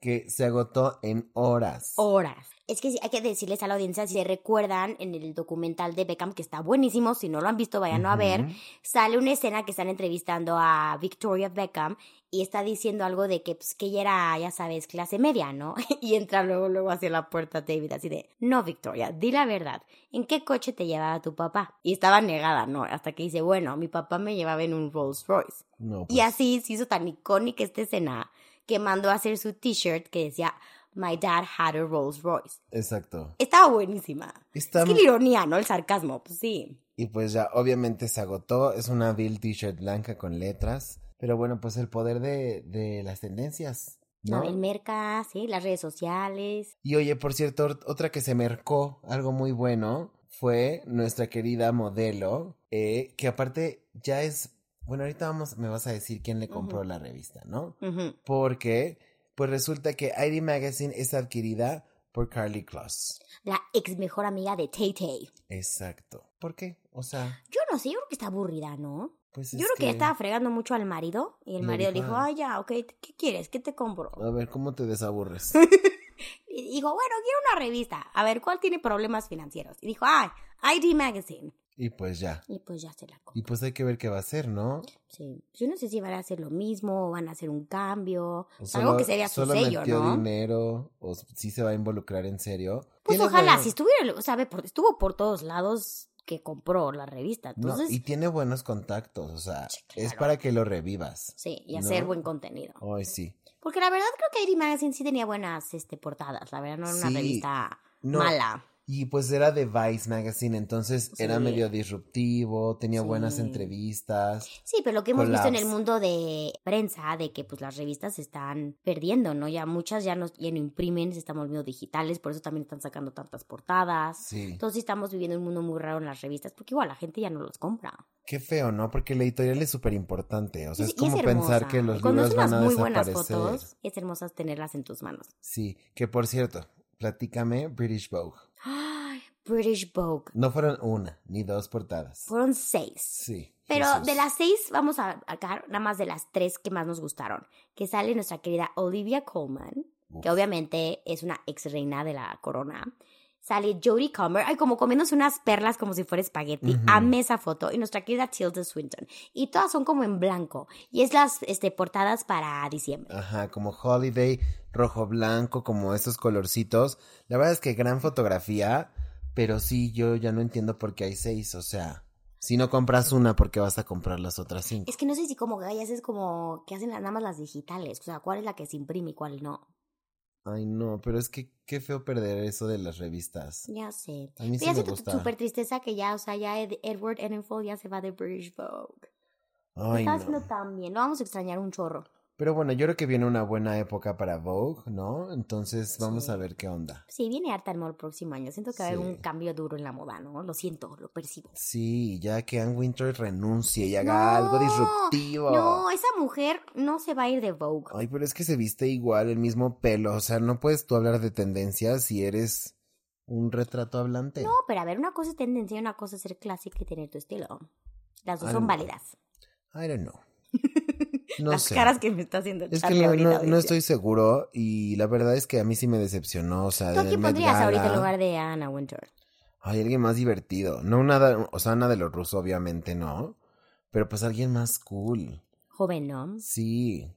S2: que se agotó en horas.
S3: Horas. Es que sí, hay que decirles a la audiencia, si se recuerdan, en el documental de Beckham, que está buenísimo, si no lo han visto, vayan a ver,
S2: Ujú.
S3: sale una escena que están entrevistando a Victoria Beckham y está diciendo algo de que, pues, que ella era, ya sabes, clase media, ¿no? Y entra luego, luego hacia la puerta David, así de, no, Victoria, di la verdad, ¿en qué coche te llevaba tu papá? Y estaba negada, ¿no? Hasta que dice, bueno, mi papá me llevaba en un Rolls Royce.
S2: No,
S3: Y
S2: pues,
S3: así se hizo tan icónica esta escena que mandó a hacer su t-shirt que decía, My dad had a Rolls Royce.
S2: exacto.
S3: Estaba buenísima.
S2: Está
S3: Es que la ironía, ¿no? El sarcasmo, pues sí.
S2: Y pues ya, obviamente se agotó. Es una Bill T-shirt blanca con letras. Pero bueno, pues el poder de, de las tendencias. ¿no?
S3: No, El merca, sí, las redes sociales.
S2: Y oye, por cierto, ot- otra que se mercó, algo muy bueno, fue nuestra querida modelo, eh, que aparte ya es. Bueno, ahorita vamos, me vas a decir quién le compró
S3: Ujú.
S2: la revista, ¿no?
S3: Ujú.
S2: Porque, pues resulta que ID Magazine es adquirida por Carly Kloss.
S3: La ex mejor amiga de Tay Tay.
S2: Exacto. ¿Por qué? O sea,
S3: Yo no sé, yo creo que está aburrida, ¿no?
S2: pues es
S3: Yo creo que... estaba fregando mucho al marido y el
S2: Le
S3: marido
S2: dijo,
S3: le dijo,
S2: "Ah".
S3: ay, ya, ok, ¿qué quieres? ¿Qué te compro?
S2: A ver, ¿cómo te desaburres?
S3: Y dijo, bueno, quiero una revista. A ver, ¿cuál tiene problemas financieros? Y dijo, ay, ID Magazine.
S2: y pues ya.
S3: Y pues ya se la compró.
S2: Y pues hay que ver qué va a hacer, ¿no?
S3: Sí. pues, Yo no sé si van a hacer lo mismo o van a hacer un cambio.
S2: Solo-
S3: algo que se vea su
S2: solo
S3: sello,
S2: metió
S3: ¿no?
S2: dinero, o s- sí se va a involucrar en serio.
S3: Pues
S2: Tiene
S3: ojalá,
S2: buenos-
S3: si estuviera, o sea, ve, por- estuvo por todos lados que compró la revista.
S2: No,
S3: Entonces,
S2: y tiene buenos contactos, o sea,
S3: Sí,
S2: es
S3: claro.
S2: para que lo revivas.
S3: sí, y hacer
S2: ¿no?
S3: buen contenido.
S2: Ay, sí.
S3: Porque la verdad creo que Airy Magazine sí tenía buenas este, portadas. La verdad, no era una
S2: Sí,
S3: revista
S2: no.
S3: mala.
S2: Y pues era de Vice Magazine, entonces era
S3: Sí.
S2: medio disruptivo, tenía
S3: Sí.
S2: buenas entrevistas.
S3: Sí, pero lo que hemos visto en el
S2: Collabs.
S3: mundo de prensa, de que pues las revistas se están perdiendo, ¿no? Ya muchas ya no, ya no imprimen, se están volviendo digitales, por eso también están sacando tantas portadas.
S2: Sí.
S3: Entonces estamos viviendo un mundo muy raro en las revistas, porque igual la gente ya no los compra.
S2: Qué feo, ¿no? Porque la editorial es súper importante. O sea,
S3: Y-
S2: es
S3: y
S2: como pensar
S3: hermosa.
S2: que los
S3: Cuando
S2: libros
S3: es unas
S2: van a
S3: muy buenas
S2: desaparecer.
S3: fotos, es hermosa tenerlas en tus manos.
S2: Sí, que por cierto, platícame British Vogue.
S3: Ay, British Vogue.
S2: No fueron una ni dos portadas.
S3: Fueron seis.
S2: Sí.
S3: Pero
S2: Jesús.
S3: de las seis vamos a sacar nada más de las tres que más nos gustaron. Que sale nuestra querida Olivia Colman,
S2: Uf.
S3: que obviamente es una ex reina de la corona. Sale Jodie Comer, ay, como comiéndose unas perlas como si fuera espagueti.
S2: Ujú.
S3: Amé esa foto. Y nuestra querida Tilda Swinton. Y todas son como en blanco. Y es las este, portadas para diciembre.
S2: Ajá, como Holiday, rojo blanco, como esos colorcitos. La verdad es que gran fotografía, pero sí, yo ya no entiendo por qué hay seis. O sea, si no compras una, ¿por qué vas a comprar las otras cinco?
S3: Es que no sé si como gallas es como que hacen las- nada más las digitales. O sea, cuál es la que se imprime y cuál no.
S2: Ay, no, pero es que qué feo perder eso de las revistas.
S3: Ya sé.
S2: A mí sí
S3: Pero ya
S2: me
S3: sé tu-
S2: gusta.
S3: súper tristeza que ya, o sea, ya Ed- Edward Enenfold ya se va de British Vogue. Lo
S2: Ay,
S3: está haciendo
S2: no.
S3: tan bien. Lo vamos a extrañar un chorro.
S2: Pero bueno, yo creo que viene una buena época para Vogue, ¿no? Entonces vamos
S3: Sí.
S2: a ver qué onda.
S3: Sí, viene harta el próximo año. Siento que va a haber
S2: Sí.
S3: un cambio duro en la moda, ¿no? Lo siento, lo percibo.
S2: Sí, ya que Anne Winter renuncie y haga
S3: No,
S2: algo disruptivo.
S3: No, esa mujer no se va a ir de Vogue.
S2: Ay, pero es que se viste igual, el mismo pelo. O sea, no puedes tú hablar de tendencias si eres un retrato hablante.
S3: No, pero a ver, una cosa es tendencia y una cosa es ser clásica y tener tu estilo. Las dos
S2: Ay,
S3: son
S2: no.
S3: válidas.
S2: I don't know. No
S3: Las
S2: sé.
S3: caras que me está haciendo
S2: Es que
S3: Charlie
S2: no,
S3: ahorita,
S2: no, no
S3: ahorita.
S2: estoy seguro y la verdad es que a mí sí me decepcionó. O sea,
S3: ¿Tú a
S2: del
S3: quién
S2: Met
S3: pondrías ahorita en
S2: Gala.
S3: lugar de Anna Winter?
S2: Ay, alguien más divertido. No nada, o sea, nada de los rusos, obviamente, no. Pero pues alguien más cool.
S3: Joven, ¿no?
S2: Sí.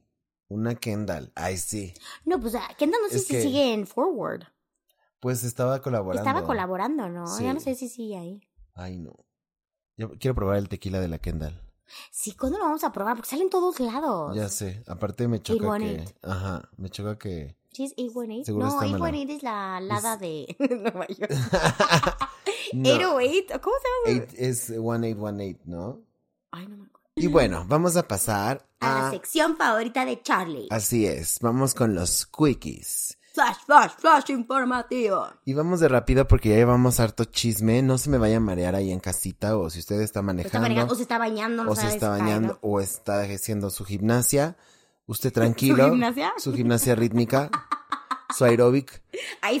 S2: Una Kendall. Ay, sí.
S3: No, pues ah, Kendall no sé
S2: Es
S3: si
S2: que-
S3: sigue en Forward.
S2: Pues estaba colaborando.
S3: Estaba colaborando, ¿no?
S2: Sí.
S3: Ya no sé si sigue ahí.
S2: Ay, no. Yo quiero probar el tequila de la Kendall.
S3: Sí, ¿cuándo lo vamos a probar? Porque sale en todos lados.
S2: Ya sé, aparte me choca que...
S3: 818.
S2: Ajá, me choca que...
S3: Sí, es 818.
S2: Seguro
S3: No,
S2: está mala.
S3: 818 es la lada
S2: Es-
S3: de Nueva York.
S2: No,
S3: 808, ¿cómo se llama?
S2: eight es 1818, ¿no?
S3: Ay, no me acuerdo.
S2: Y bueno, vamos a pasar
S3: A la
S2: a... Ah.
S3: sección favorita de Charlie.
S2: Así es, vamos con los quickies.
S3: Flash, flash, flash informativo.
S2: Y vamos de rápido porque ya llevamos harto chisme. No se me vaya a marear ahí en casita o si usted está manejando.
S3: Está manejando, o se está bañando. no
S2: o se
S3: sabe
S2: está
S3: si cae,
S2: bañando
S3: ¿no?
S2: o está haciendo su gimnasia. Usted tranquilo.
S3: ¿Su gimnasia?
S2: Su gimnasia rítmica. su aeróbic.
S3: Ahí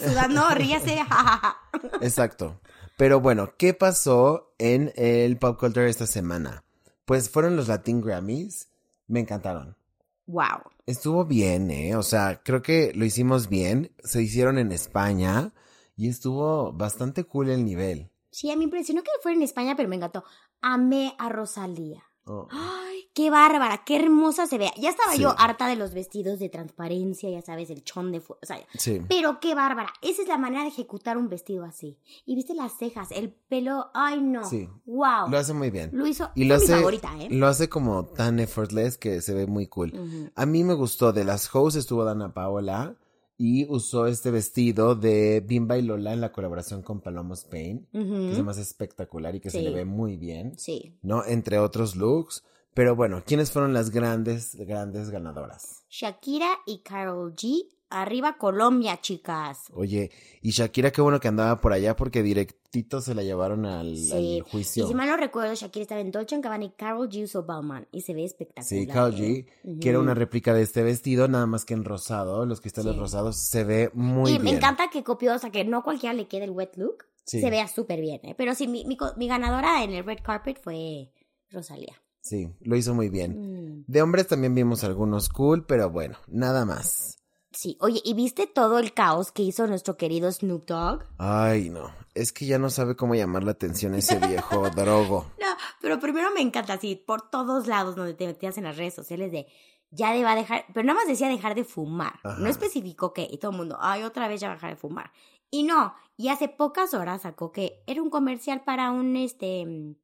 S3: sudando, ríase. ja, ja, ja.
S2: Exacto. Pero bueno, ¿qué pasó en el pop culture esta semana? Pues fueron los Latin Grammys. Me encantaron.
S3: wow.
S2: Estuvo bien, ¿eh? O sea, creo que lo hicimos bien. Se hicieron en España y estuvo bastante cool el nivel.
S3: Sí, me impresionó que fuera en España, pero me encantó. Amé a Rosalía.
S2: Oh.
S3: ¡Ay, qué bárbara! ¡Qué hermosa se vea! Ya estaba
S2: Sí.
S3: yo harta de los vestidos de transparencia, ya sabes, el chón de fuego. O sea,
S2: Sí.
S3: pero qué bárbara. Esa es la manera de ejecutar un vestido así. Y viste las cejas, el pelo. ¡Ay, no!
S2: Sí.
S3: ¡Wow!
S2: Lo hace muy bien.
S3: Lo hizo.
S2: Y lo
S3: fue
S2: hace,
S3: mi favorita, ¿eh?
S2: lo hace como tan effortless que se ve muy cool.
S3: Ujú.
S2: A mí me gustó, de las hosts estuvo Dana Paola y usó este vestido de Bimba y Lola en la colaboración con Paloma Spain, que es lo
S3: Ujú.
S2: más espectacular y que se
S3: Sí.
S2: le ve muy bien,
S3: Sí.
S2: ¿no? Entre otros looks. Pero bueno, ¿quiénes fueron las grandes, grandes ganadoras?
S3: Shakira y Carol G. Arriba Colombia, chicas.
S2: Oye, y Shakira, qué bueno que andaba por allá porque directito se la llevaron al,
S3: Sí.
S2: al juicio.
S3: Y si mal no recuerdo, Shakira estaba en Dolce Gabbana y Carol G usó Bauman. Y se ve espectacular.
S2: Sí, Karol
S3: ¿eh?
S2: G, que era
S3: Ujú.
S2: una réplica de este vestido, nada más que en rosado, los cristales
S3: Sí.
S2: rosados, se ve muy
S3: y
S2: bien.
S3: me encanta que copió, o sea, que no cualquiera le quede el wet look.
S2: Sí.
S3: Se vea súper bien, ¿eh? Pero sí, mi, mi co- mi ganadora en el red carpet fue Rosalía.
S2: Sí, lo hizo muy bien.
S3: Mm,
S2: De hombres también vimos algunos cool, pero bueno, nada más.
S3: Sí, oye, ¿y viste todo el caos que hizo nuestro querido Snoop Dogg?
S2: Ay, no, es que ya no sabe cómo llamar la atención ese viejo drogo.
S3: No, pero primero me encanta así, por todos lados donde te metías en las redes sociales de ya deba dejar, pero nada más decía dejar de fumar.
S2: Ajá.
S3: No especificó qué, y todo el mundo, ay, otra vez ya va a dejar de fumar. Y no, y hace pocas horas sacó que era un comercial para un este. mm,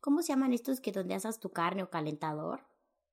S3: ¿Cómo se llaman estos que donde asas tu carne o calentador?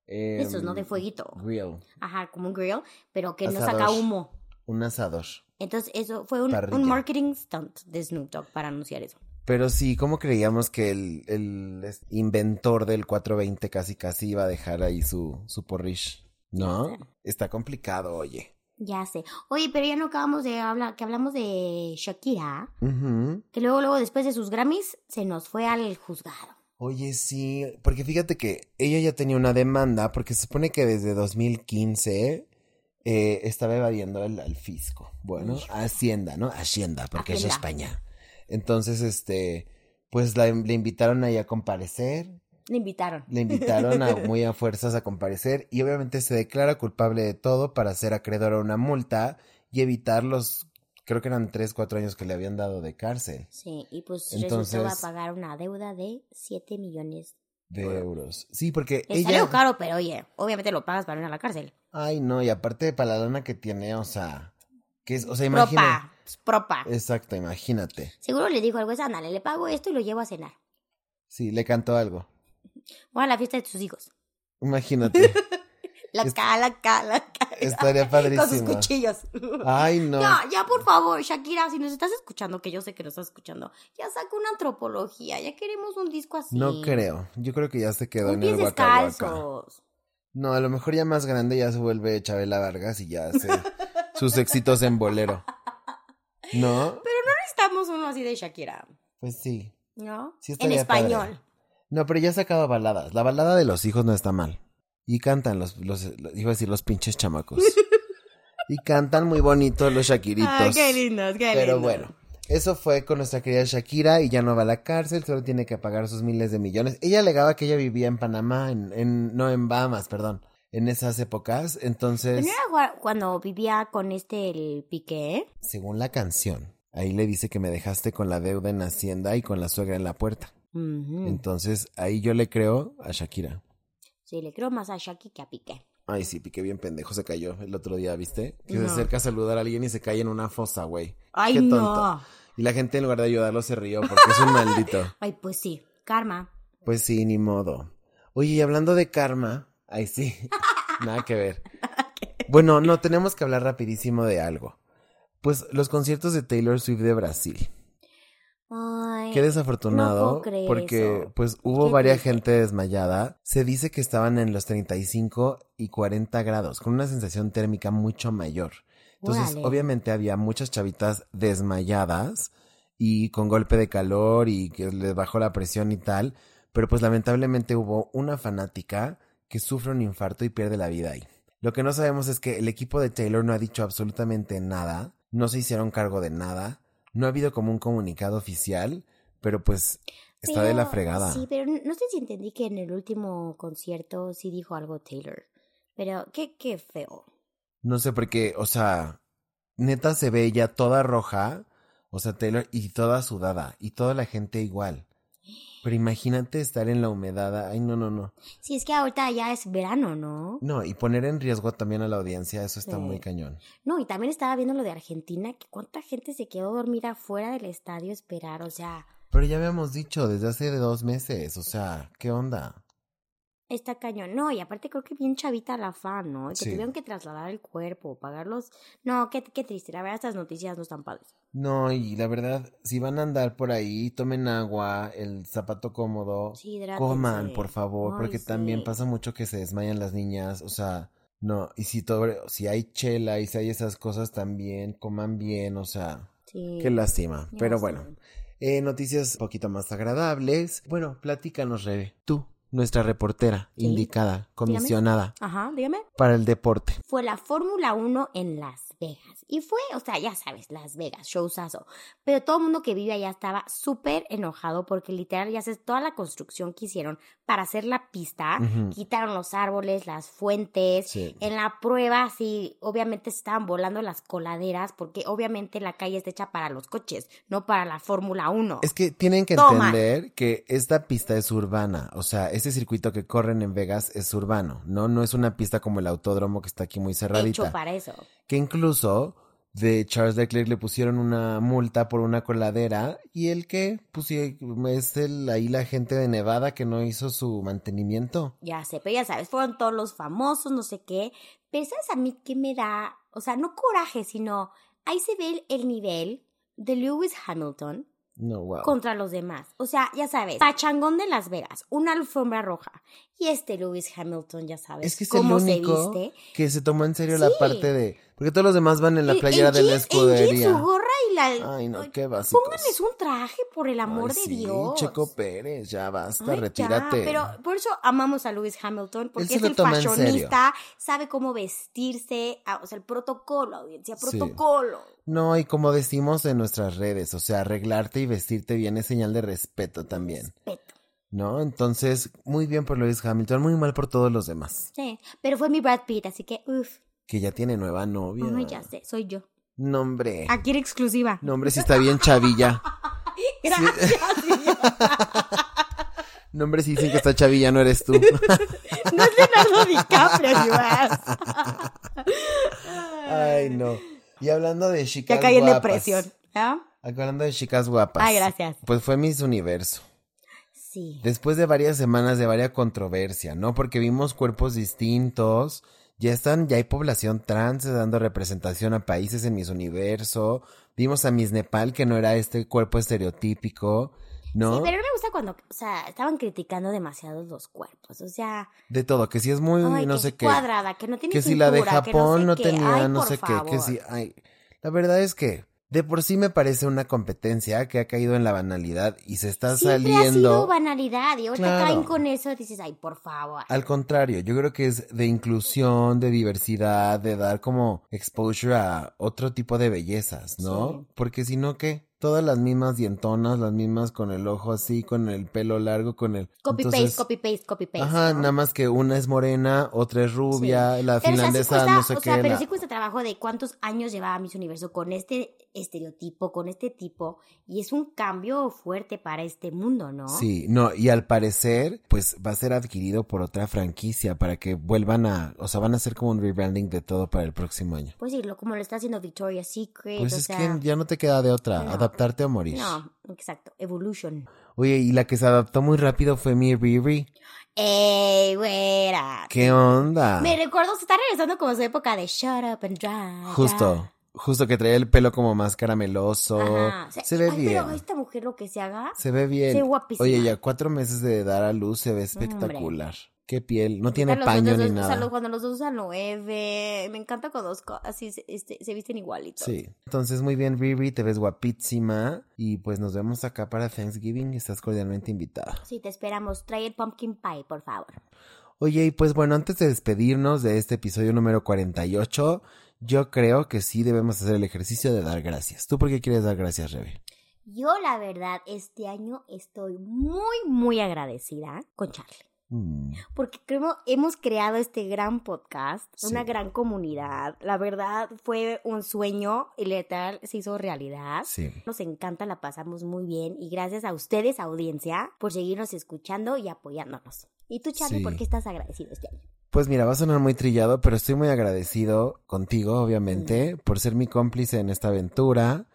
S2: Em,
S3: Estos, ¿no? De fueguito.
S2: Grill,
S3: Ajá, como un grill, pero que no saca
S2: Asador.
S3: humo.
S2: un asador.
S3: Entonces, eso fue un,
S2: Parrilla.
S3: un marketing stunt de Snoop Dogg para anunciar eso.
S2: Pero sí, ¿cómo creíamos que el, el es- inventor del 420 casi casi iba a dejar ahí su, su porridge? No, está complicado, oye.
S3: Ya sé. Oye, pero ya no acabamos de hablar, que hablamos de Shakira,
S2: Ujú.
S3: que luego, luego, después de sus Grammys, se nos fue al juzgado.
S2: Oye, sí, porque fíjate que ella ya tenía una demanda, porque se supone que desde 2015 eh, estaba evadiendo al, al fisco. Bueno,
S3: Híjole.
S2: Hacienda, ¿no? Hacienda, porque es de
S3: Hacienda.
S2: España. Entonces, este, pues la, le invitaron ahí a comparecer,
S3: Le invitaron.
S2: le invitaron a, muy a fuerzas a comparecer y obviamente se declara culpable de todo para ser acreedor a una multa y evitar los, creo que eran 3, 4 años que le habían dado de cárcel.
S3: Sí, y pues
S2: Entonces-
S3: resultó va a pagar una deuda de 7 millones.
S2: De euros. Sí, porque
S3: Le
S2: ella...
S3: salió caro, pero oye, obviamente lo pagas para ir a la cárcel.
S2: Ay, no, y aparte para la lana que tiene, o sea, que es, o sea, imagínate.
S3: Propa, pues, propa.
S2: Exacto, imagínate.
S3: Seguro le dijo algo, es ándale, le pago esto y lo llevo a cenar.
S2: Sí, le cantó algo.
S3: O a la fiesta de sus hijos.
S2: Imagínate.
S3: La
S2: Es-
S3: cala, la ca, la ca.
S2: Estaría
S3: Con sus
S2: padrísimo.
S3: cuchillos.
S2: Ay, Ah, no.
S3: Ya, ya, por favor, Shakira, si nos estás escuchando, que yo sé que nos estás escuchando, ya saca una antropología, ya queremos un disco así.
S2: No creo. Yo creo que ya se quedó en
S3: Un
S2: el
S3: pies
S2: Waka Waka.
S3: descalzos.
S2: No, a lo mejor ya más grande ya se vuelve Chabela Vargas y ya hace sus éxitos en bolero. ¿No?
S3: Necesitamos uno así de Shakira,
S2: Pues sí.
S3: ¿no?
S2: Sí
S3: en
S2: estaría padre.
S3: español.
S2: No, pero ya ha sacado baladas. La balada de los hijos no está mal. Y cantan los, los, los- iba a decir los pinches chamacos. y cantan muy bonito los Shakiritos.
S3: Ay, qué lindos, qué lindos.
S2: pero bueno, eso fue con nuestra querida Shakira y ya no va a la cárcel, solo tiene que pagar sus miles de millones. Ella alegaba que ella vivía en Panamá, en, en- no en Bahamas, perdón, en esas épocas. Entonces,
S3: ¿No era gua- cuando vivía con este el Piqué?
S2: según la canción, ahí le dice que me dejaste con la deuda en Hacienda y con la suegra en la puerta.
S3: Ujú.
S2: Entonces, ahí yo le creo a Shakira.
S3: Sí, le creo más a Shakira que a Piqué.
S2: Ay, sí, piqué bien pendejo, se cayó el otro día, ¿viste? Que
S3: No.
S2: se acerca a saludar a alguien y se cae en una fosa, güey.
S3: Ay,
S2: Qué tonto.
S3: no.
S2: Y la gente en lugar de ayudarlo se rió porque es un maldito.
S3: Ay, pues sí, karma.
S2: Pues sí, ni modo. Oye, y hablando de karma, ay sí, nada que ver. Bueno, no, tenemos que hablar rapidísimo de algo. Pues los conciertos de Taylor Swift de Brasil.
S3: Ay.
S2: Qué desafortunado,
S3: no puedo creer
S2: porque
S3: eso.
S2: pues hubo
S3: Qué
S2: varias
S3: triste.
S2: gente desmayada. Se dice que estaban en los 35 y 40 grados, con una sensación térmica mucho mayor. Entonces,
S3: Órale.
S2: obviamente había muchas chavitas desmayadas y con golpe de calor y que les bajó la presión y tal, pero pues lamentablemente hubo una fanática que sufre un infarto y pierde la vida ahí. Lo que no sabemos es que el equipo de Taylor no ha dicho absolutamente nada, no se hicieron cargo de nada, no ha habido como un comunicado oficial, pero pues está de la
S3: Pero-
S2: fregada.
S3: Sí, pero no sé si entendí que en el último concierto sí dijo algo Taylor. Pero qué, qué feo.
S2: No sé por qué, o sea, neta se ve ella toda roja, o sea, Taylor, y toda sudada, y toda la gente igual. Pero imagínate estar en la humedad, ay, no, no, no.
S3: Sí, es que ahorita ya es verano, ¿no?
S2: No, y poner en riesgo también a la audiencia, eso está
S3: Sí.
S2: muy cañón.
S3: No, y también estaba viendo lo de Argentina, que cuánta gente se quedó dormida fuera del estadio a esperar, o sea,
S2: Pero ya habíamos dicho desde hace dos meses, o sea, ¿qué onda?
S3: está cañón. No, y aparte creo que bien chavita la fan, ¿no? Y Que
S2: Sí.
S3: tuvieron que trasladar el cuerpo, pagarlos. No, qué, qué triste, la verdad estas noticias no están padres.
S2: No, y la verdad, si van a andar por ahí, tomen agua, el zapato cómodo,
S3: Sí, hidrátense.
S2: coman, por favor,
S3: Ay,
S2: porque
S3: sí.
S2: también pasa mucho que se desmayan las niñas, o sea, no, y si todo, si hay chela y si hay esas cosas también, coman bien, o sea,
S3: Sí.
S2: qué lástima,
S3: Ya
S2: pero
S3: sé.
S2: bueno, eh, noticias un poquito más agradables, bueno, platícanos, Rebe, tú, nuestra reportera,
S3: Sí.
S2: indicada, comisionada
S3: Ajá, dígame.
S2: para el deporte.
S3: fue la Fórmula 1 en Las Vegas. Y fue, o sea, ya sabes, Las Vegas, showzazo. Pero todo el mundo que vive allá estaba súper enojado porque literal ya sabes toda la construcción que hicieron para hacer la pista.
S2: Ujú.
S3: Quitaron los árboles, las fuentes.
S2: Sí.
S3: En la prueba, sí, obviamente se estaban volando las coladeras porque obviamente la calle está hecha para los coches, no para la Fórmula 1.
S2: Es que tienen que
S3: Toma.
S2: entender que esta pista es urbana, o sea, este circuito que corren en Vegas es urbano, ¿no? No es una pista como el autódromo que está aquí muy cerradita.
S3: Hecho para eso.
S2: Que incluso de Charles Leclerc le pusieron una multa por una coladera y el que pusieron es el, ahí la gente de Nevada que no hizo su mantenimiento.
S3: Ya sé, pero ya sabes, fueron todos los famosos, no sé qué. Pero ¿sabes a mí qué me da? O sea, no coraje, sino ahí se ve el, el nivel de Lewis Hamilton
S2: No, wow.
S3: contra los demás. O sea, ya sabes, pachangón de Las Vegas, una alfombra roja. Y este Lewis Hamilton, ya sabes,
S2: es que es el
S3: cómo
S2: único
S3: se viste.
S2: que se tomó en serio
S3: Sí.
S2: la parte de... Porque todos los demás van en la
S3: Y-
S2: playera de la
S3: jeans- en jeans,
S2: escudería.
S3: su gorra y la...
S2: Ay, no, qué básicos.
S3: Pónganles un traje, por el amor
S2: Ay,
S3: de
S2: sí,
S3: Dios.
S2: Checo Pérez, ya basta,
S3: Ay, ya,
S2: retírate.
S3: pero por eso amamos a Lewis Hamilton,
S2: Él
S3: porque
S2: se
S3: es
S2: lo
S3: el
S2: toma en
S3: fashionista, sabe cómo vestirse, ah, o sea, el protocolo, audiencia,
S2: Sí.
S3: protocolo.
S2: No, y como decimos en nuestras redes, o sea, arreglarte y vestirte bien es señal de respeto también,
S3: Respeto.
S2: ¿no? Entonces, muy bien por Lewis Hamilton, muy mal por todos los demás,
S3: Sí, pero fue mi Brad Pitt, así que, uff,
S2: que ya tiene nueva novia.
S3: no, ya sé, Ah. soy yo.
S2: Nombre.
S3: Aquí era exclusiva.
S2: Nombre Eh. sí está bien chavilla.
S3: Gracias.
S2: Nombre sí dicen que está chavilla, no eres tú.
S3: No es Leonardo DiCaprio, ni más.
S2: Ay, no. Y hablando de chicas
S3: Ya caí en
S2: guapas,
S3: depresión. ¿ah?
S2: Hablando de chicas guapas.
S3: Ay, gracias.
S2: Pues fue Miss Universo.
S3: Sí.
S2: Después de varias semanas de varia controversia, ¿no? Porque vimos cuerpos distintos, ya están, ya hay población trans dando representación a países en mis universo, vimos a Miss Nepal que no era este cuerpo estereotípico, ¿no?
S3: Sí, pero no me gusta cuando, o sea, estaban criticando demasiado los cuerpos, o sea,
S2: De todo, que si es muy
S3: ay,
S2: no
S3: que
S2: sé
S3: es
S2: qué.
S3: cuadrada, que no tiene
S2: que si la de
S3: cintura, que no
S2: Japón
S3: sé
S2: no,
S3: qué.
S2: tenía
S3: Ay,
S2: no
S3: por
S2: sé qué, que
S3: favor.
S2: si ay. La verdad es que de por sí me parece una competencia que ha caído en la banalidad y se está
S3: Siempre ha
S2: saliendo
S3: sido banalidad y ahorita
S2: Claro.
S3: caen con eso dices, ay, por favor.
S2: Al contrario, yo creo que es de inclusión, de diversidad, de dar como exposure a otro tipo de bellezas, ¿no?
S3: Sí.
S2: Porque si no, ¿qué? Todas las mismas dientonas, las mismas con el ojo así, con el pelo largo, con el...
S3: Copy
S2: Entonces,
S3: paste, copy paste, copy paste.
S2: Ajá,
S3: ¿no?
S2: nada más que una es morena, otra es rubia, la
S3: Pero o sea, sí
S2: finlandesa
S3: cuesta,
S2: no sé
S3: o
S2: qué.
S3: sea, pero
S2: la-
S3: sí cuesta trabajo de cuántos años llevaba Miss Universo con este estereotipo, con este tipo, y es un cambio fuerte para este mundo, ¿no?
S2: Sí, no, y al parecer, pues va a ser adquirido por otra franquicia para que vuelvan a, o sea, van a hacer como un rebranding de todo para el próximo año.
S3: Pues sí, lo- como lo está haciendo Victoria's Secret,
S2: Pues
S3: o
S2: es
S3: sea,
S2: que ya no te queda de otra,
S3: no.
S2: adaptarte o morir.
S3: no, exacto, Evolution.
S2: Oye, y la que se adaptó muy rápido fue mi Riri.
S3: ¡Ey, güera!
S2: ¿Qué onda?
S3: Me recuerdo, se está regresando como su época de Shut Up and Drive.
S2: Justo, justo que traía el pelo como más carameloso.
S3: Ajá.
S2: Se ve
S3: ay,
S2: bien.
S3: Pero esta mujer lo que se haga.
S2: Se ve bien.
S3: se ve guapísima.
S2: Oye, ya cuatro meses de dar a luz se ve
S3: Hombre.
S2: espectacular. Qué piel, no tiene
S3: Los
S2: paño
S3: otros
S2: ni
S3: dos- o sea,
S2: nada.
S3: los- cuando los dos usan nueve. Me encanta cuando los co- así se, este, se visten igualitos.
S2: Sí. Entonces, muy bien, Riri, te ves guapísima. Y pues nos vemos acá para Thanksgiving. Estás cordialmente invitada.
S3: Sí, te esperamos. Trae el pumpkin pie, por favor.
S2: Oye, y pues bueno, antes de despedirnos de este episodio número 48, yo creo que sí debemos hacer el ejercicio de dar gracias. ¿Tú por qué quieres dar gracias, Rebe?
S3: Yo, la verdad, este año estoy muy, muy agradecida con Charlie.
S2: Mm.
S3: porque creo, hemos creado este gran podcast,
S2: Sí.
S3: una gran comunidad. La verdad fue un sueño y letal se hizo realidad.
S2: Sí.
S3: Nos encanta, la pasamos muy bien y gracias a ustedes, audiencia, por seguirnos escuchando y apoyándonos. ¿Y tú, Charlie,
S2: Sí.
S3: por qué estás agradecido este año?
S2: Pues mira, va a sonar muy trillado, pero estoy muy agradecido contigo, obviamente, por ser mi cómplice en esta aventura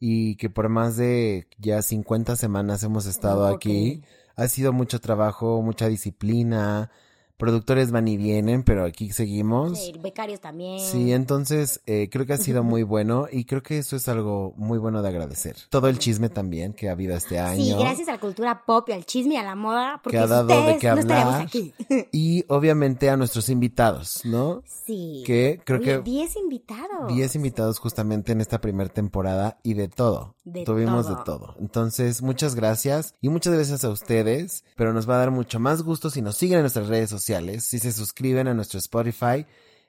S2: y que por más de ya 50 semanas hemos estado
S3: puedo
S2: aquí. Ha sido mucho trabajo, mucha disciplina. Productores van y vienen, pero aquí seguimos.
S3: Sí, becarios también.
S2: Sí, entonces eh, creo que ha sido muy bueno y creo que eso es algo muy bueno de agradecer. Todo el chisme también que ha habido este año.
S3: Sí, gracias a la cultura pop y al chisme y a la moda, porque
S2: Que ha
S3: sin
S2: dado de
S3: ustedes
S2: qué
S3: no estaríamos
S2: hablar.
S3: aquí.
S2: Y obviamente a nuestros invitados, ¿no?
S3: Sí.
S2: Que creo
S3: Oye,
S2: que
S3: 10 invitados.
S2: 10 invitados justamente en esta primera temporada y de todo.
S3: De
S2: Tuvimos de
S3: todo.
S2: todo. Entonces, muchas gracias y muchas gracias a ustedes, pero nos va a dar mucho más gusto si nos siguen en nuestras redes sociales, si se suscriben a nuestro Spotify.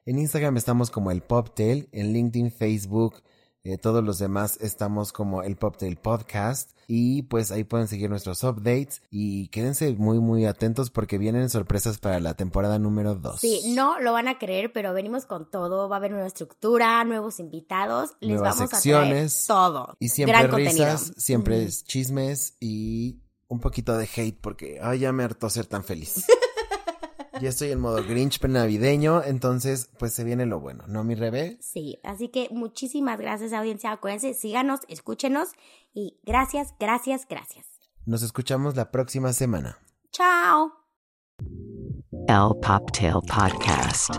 S2: En Instagram estamos como el Poptail, en LinkedIn, Facebook, eh, todos los demás estamos como el Poptail Podcast y pues ahí pueden seguir nuestros updates y quédense muy muy atentos porque vienen sorpresas para la temporada número 2.
S3: Sí, no lo van a creer, pero venimos con todo. Va a haber nueva estructura, nuevos invitados. Les
S2: Nuevas
S3: vamos
S2: secciones.
S3: a traer todo.
S2: Y siempre
S3: Gran
S2: risas,
S3: contenido.
S2: siempre
S3: Mm.
S2: es chismes y un poquito de hate porque ay, ya me hartó ser tan feliz. ya estoy en modo Grinch navideño, entonces pues se viene lo bueno, ¿no, mi Rebe?
S3: Sí, así que muchísimas gracias, audiencia. Acuérdense, síganos, escúchenos. Y gracias, gracias, gracias.
S2: Nos escuchamos la próxima semana.
S3: Chao.
S1: El Poptail Podcast.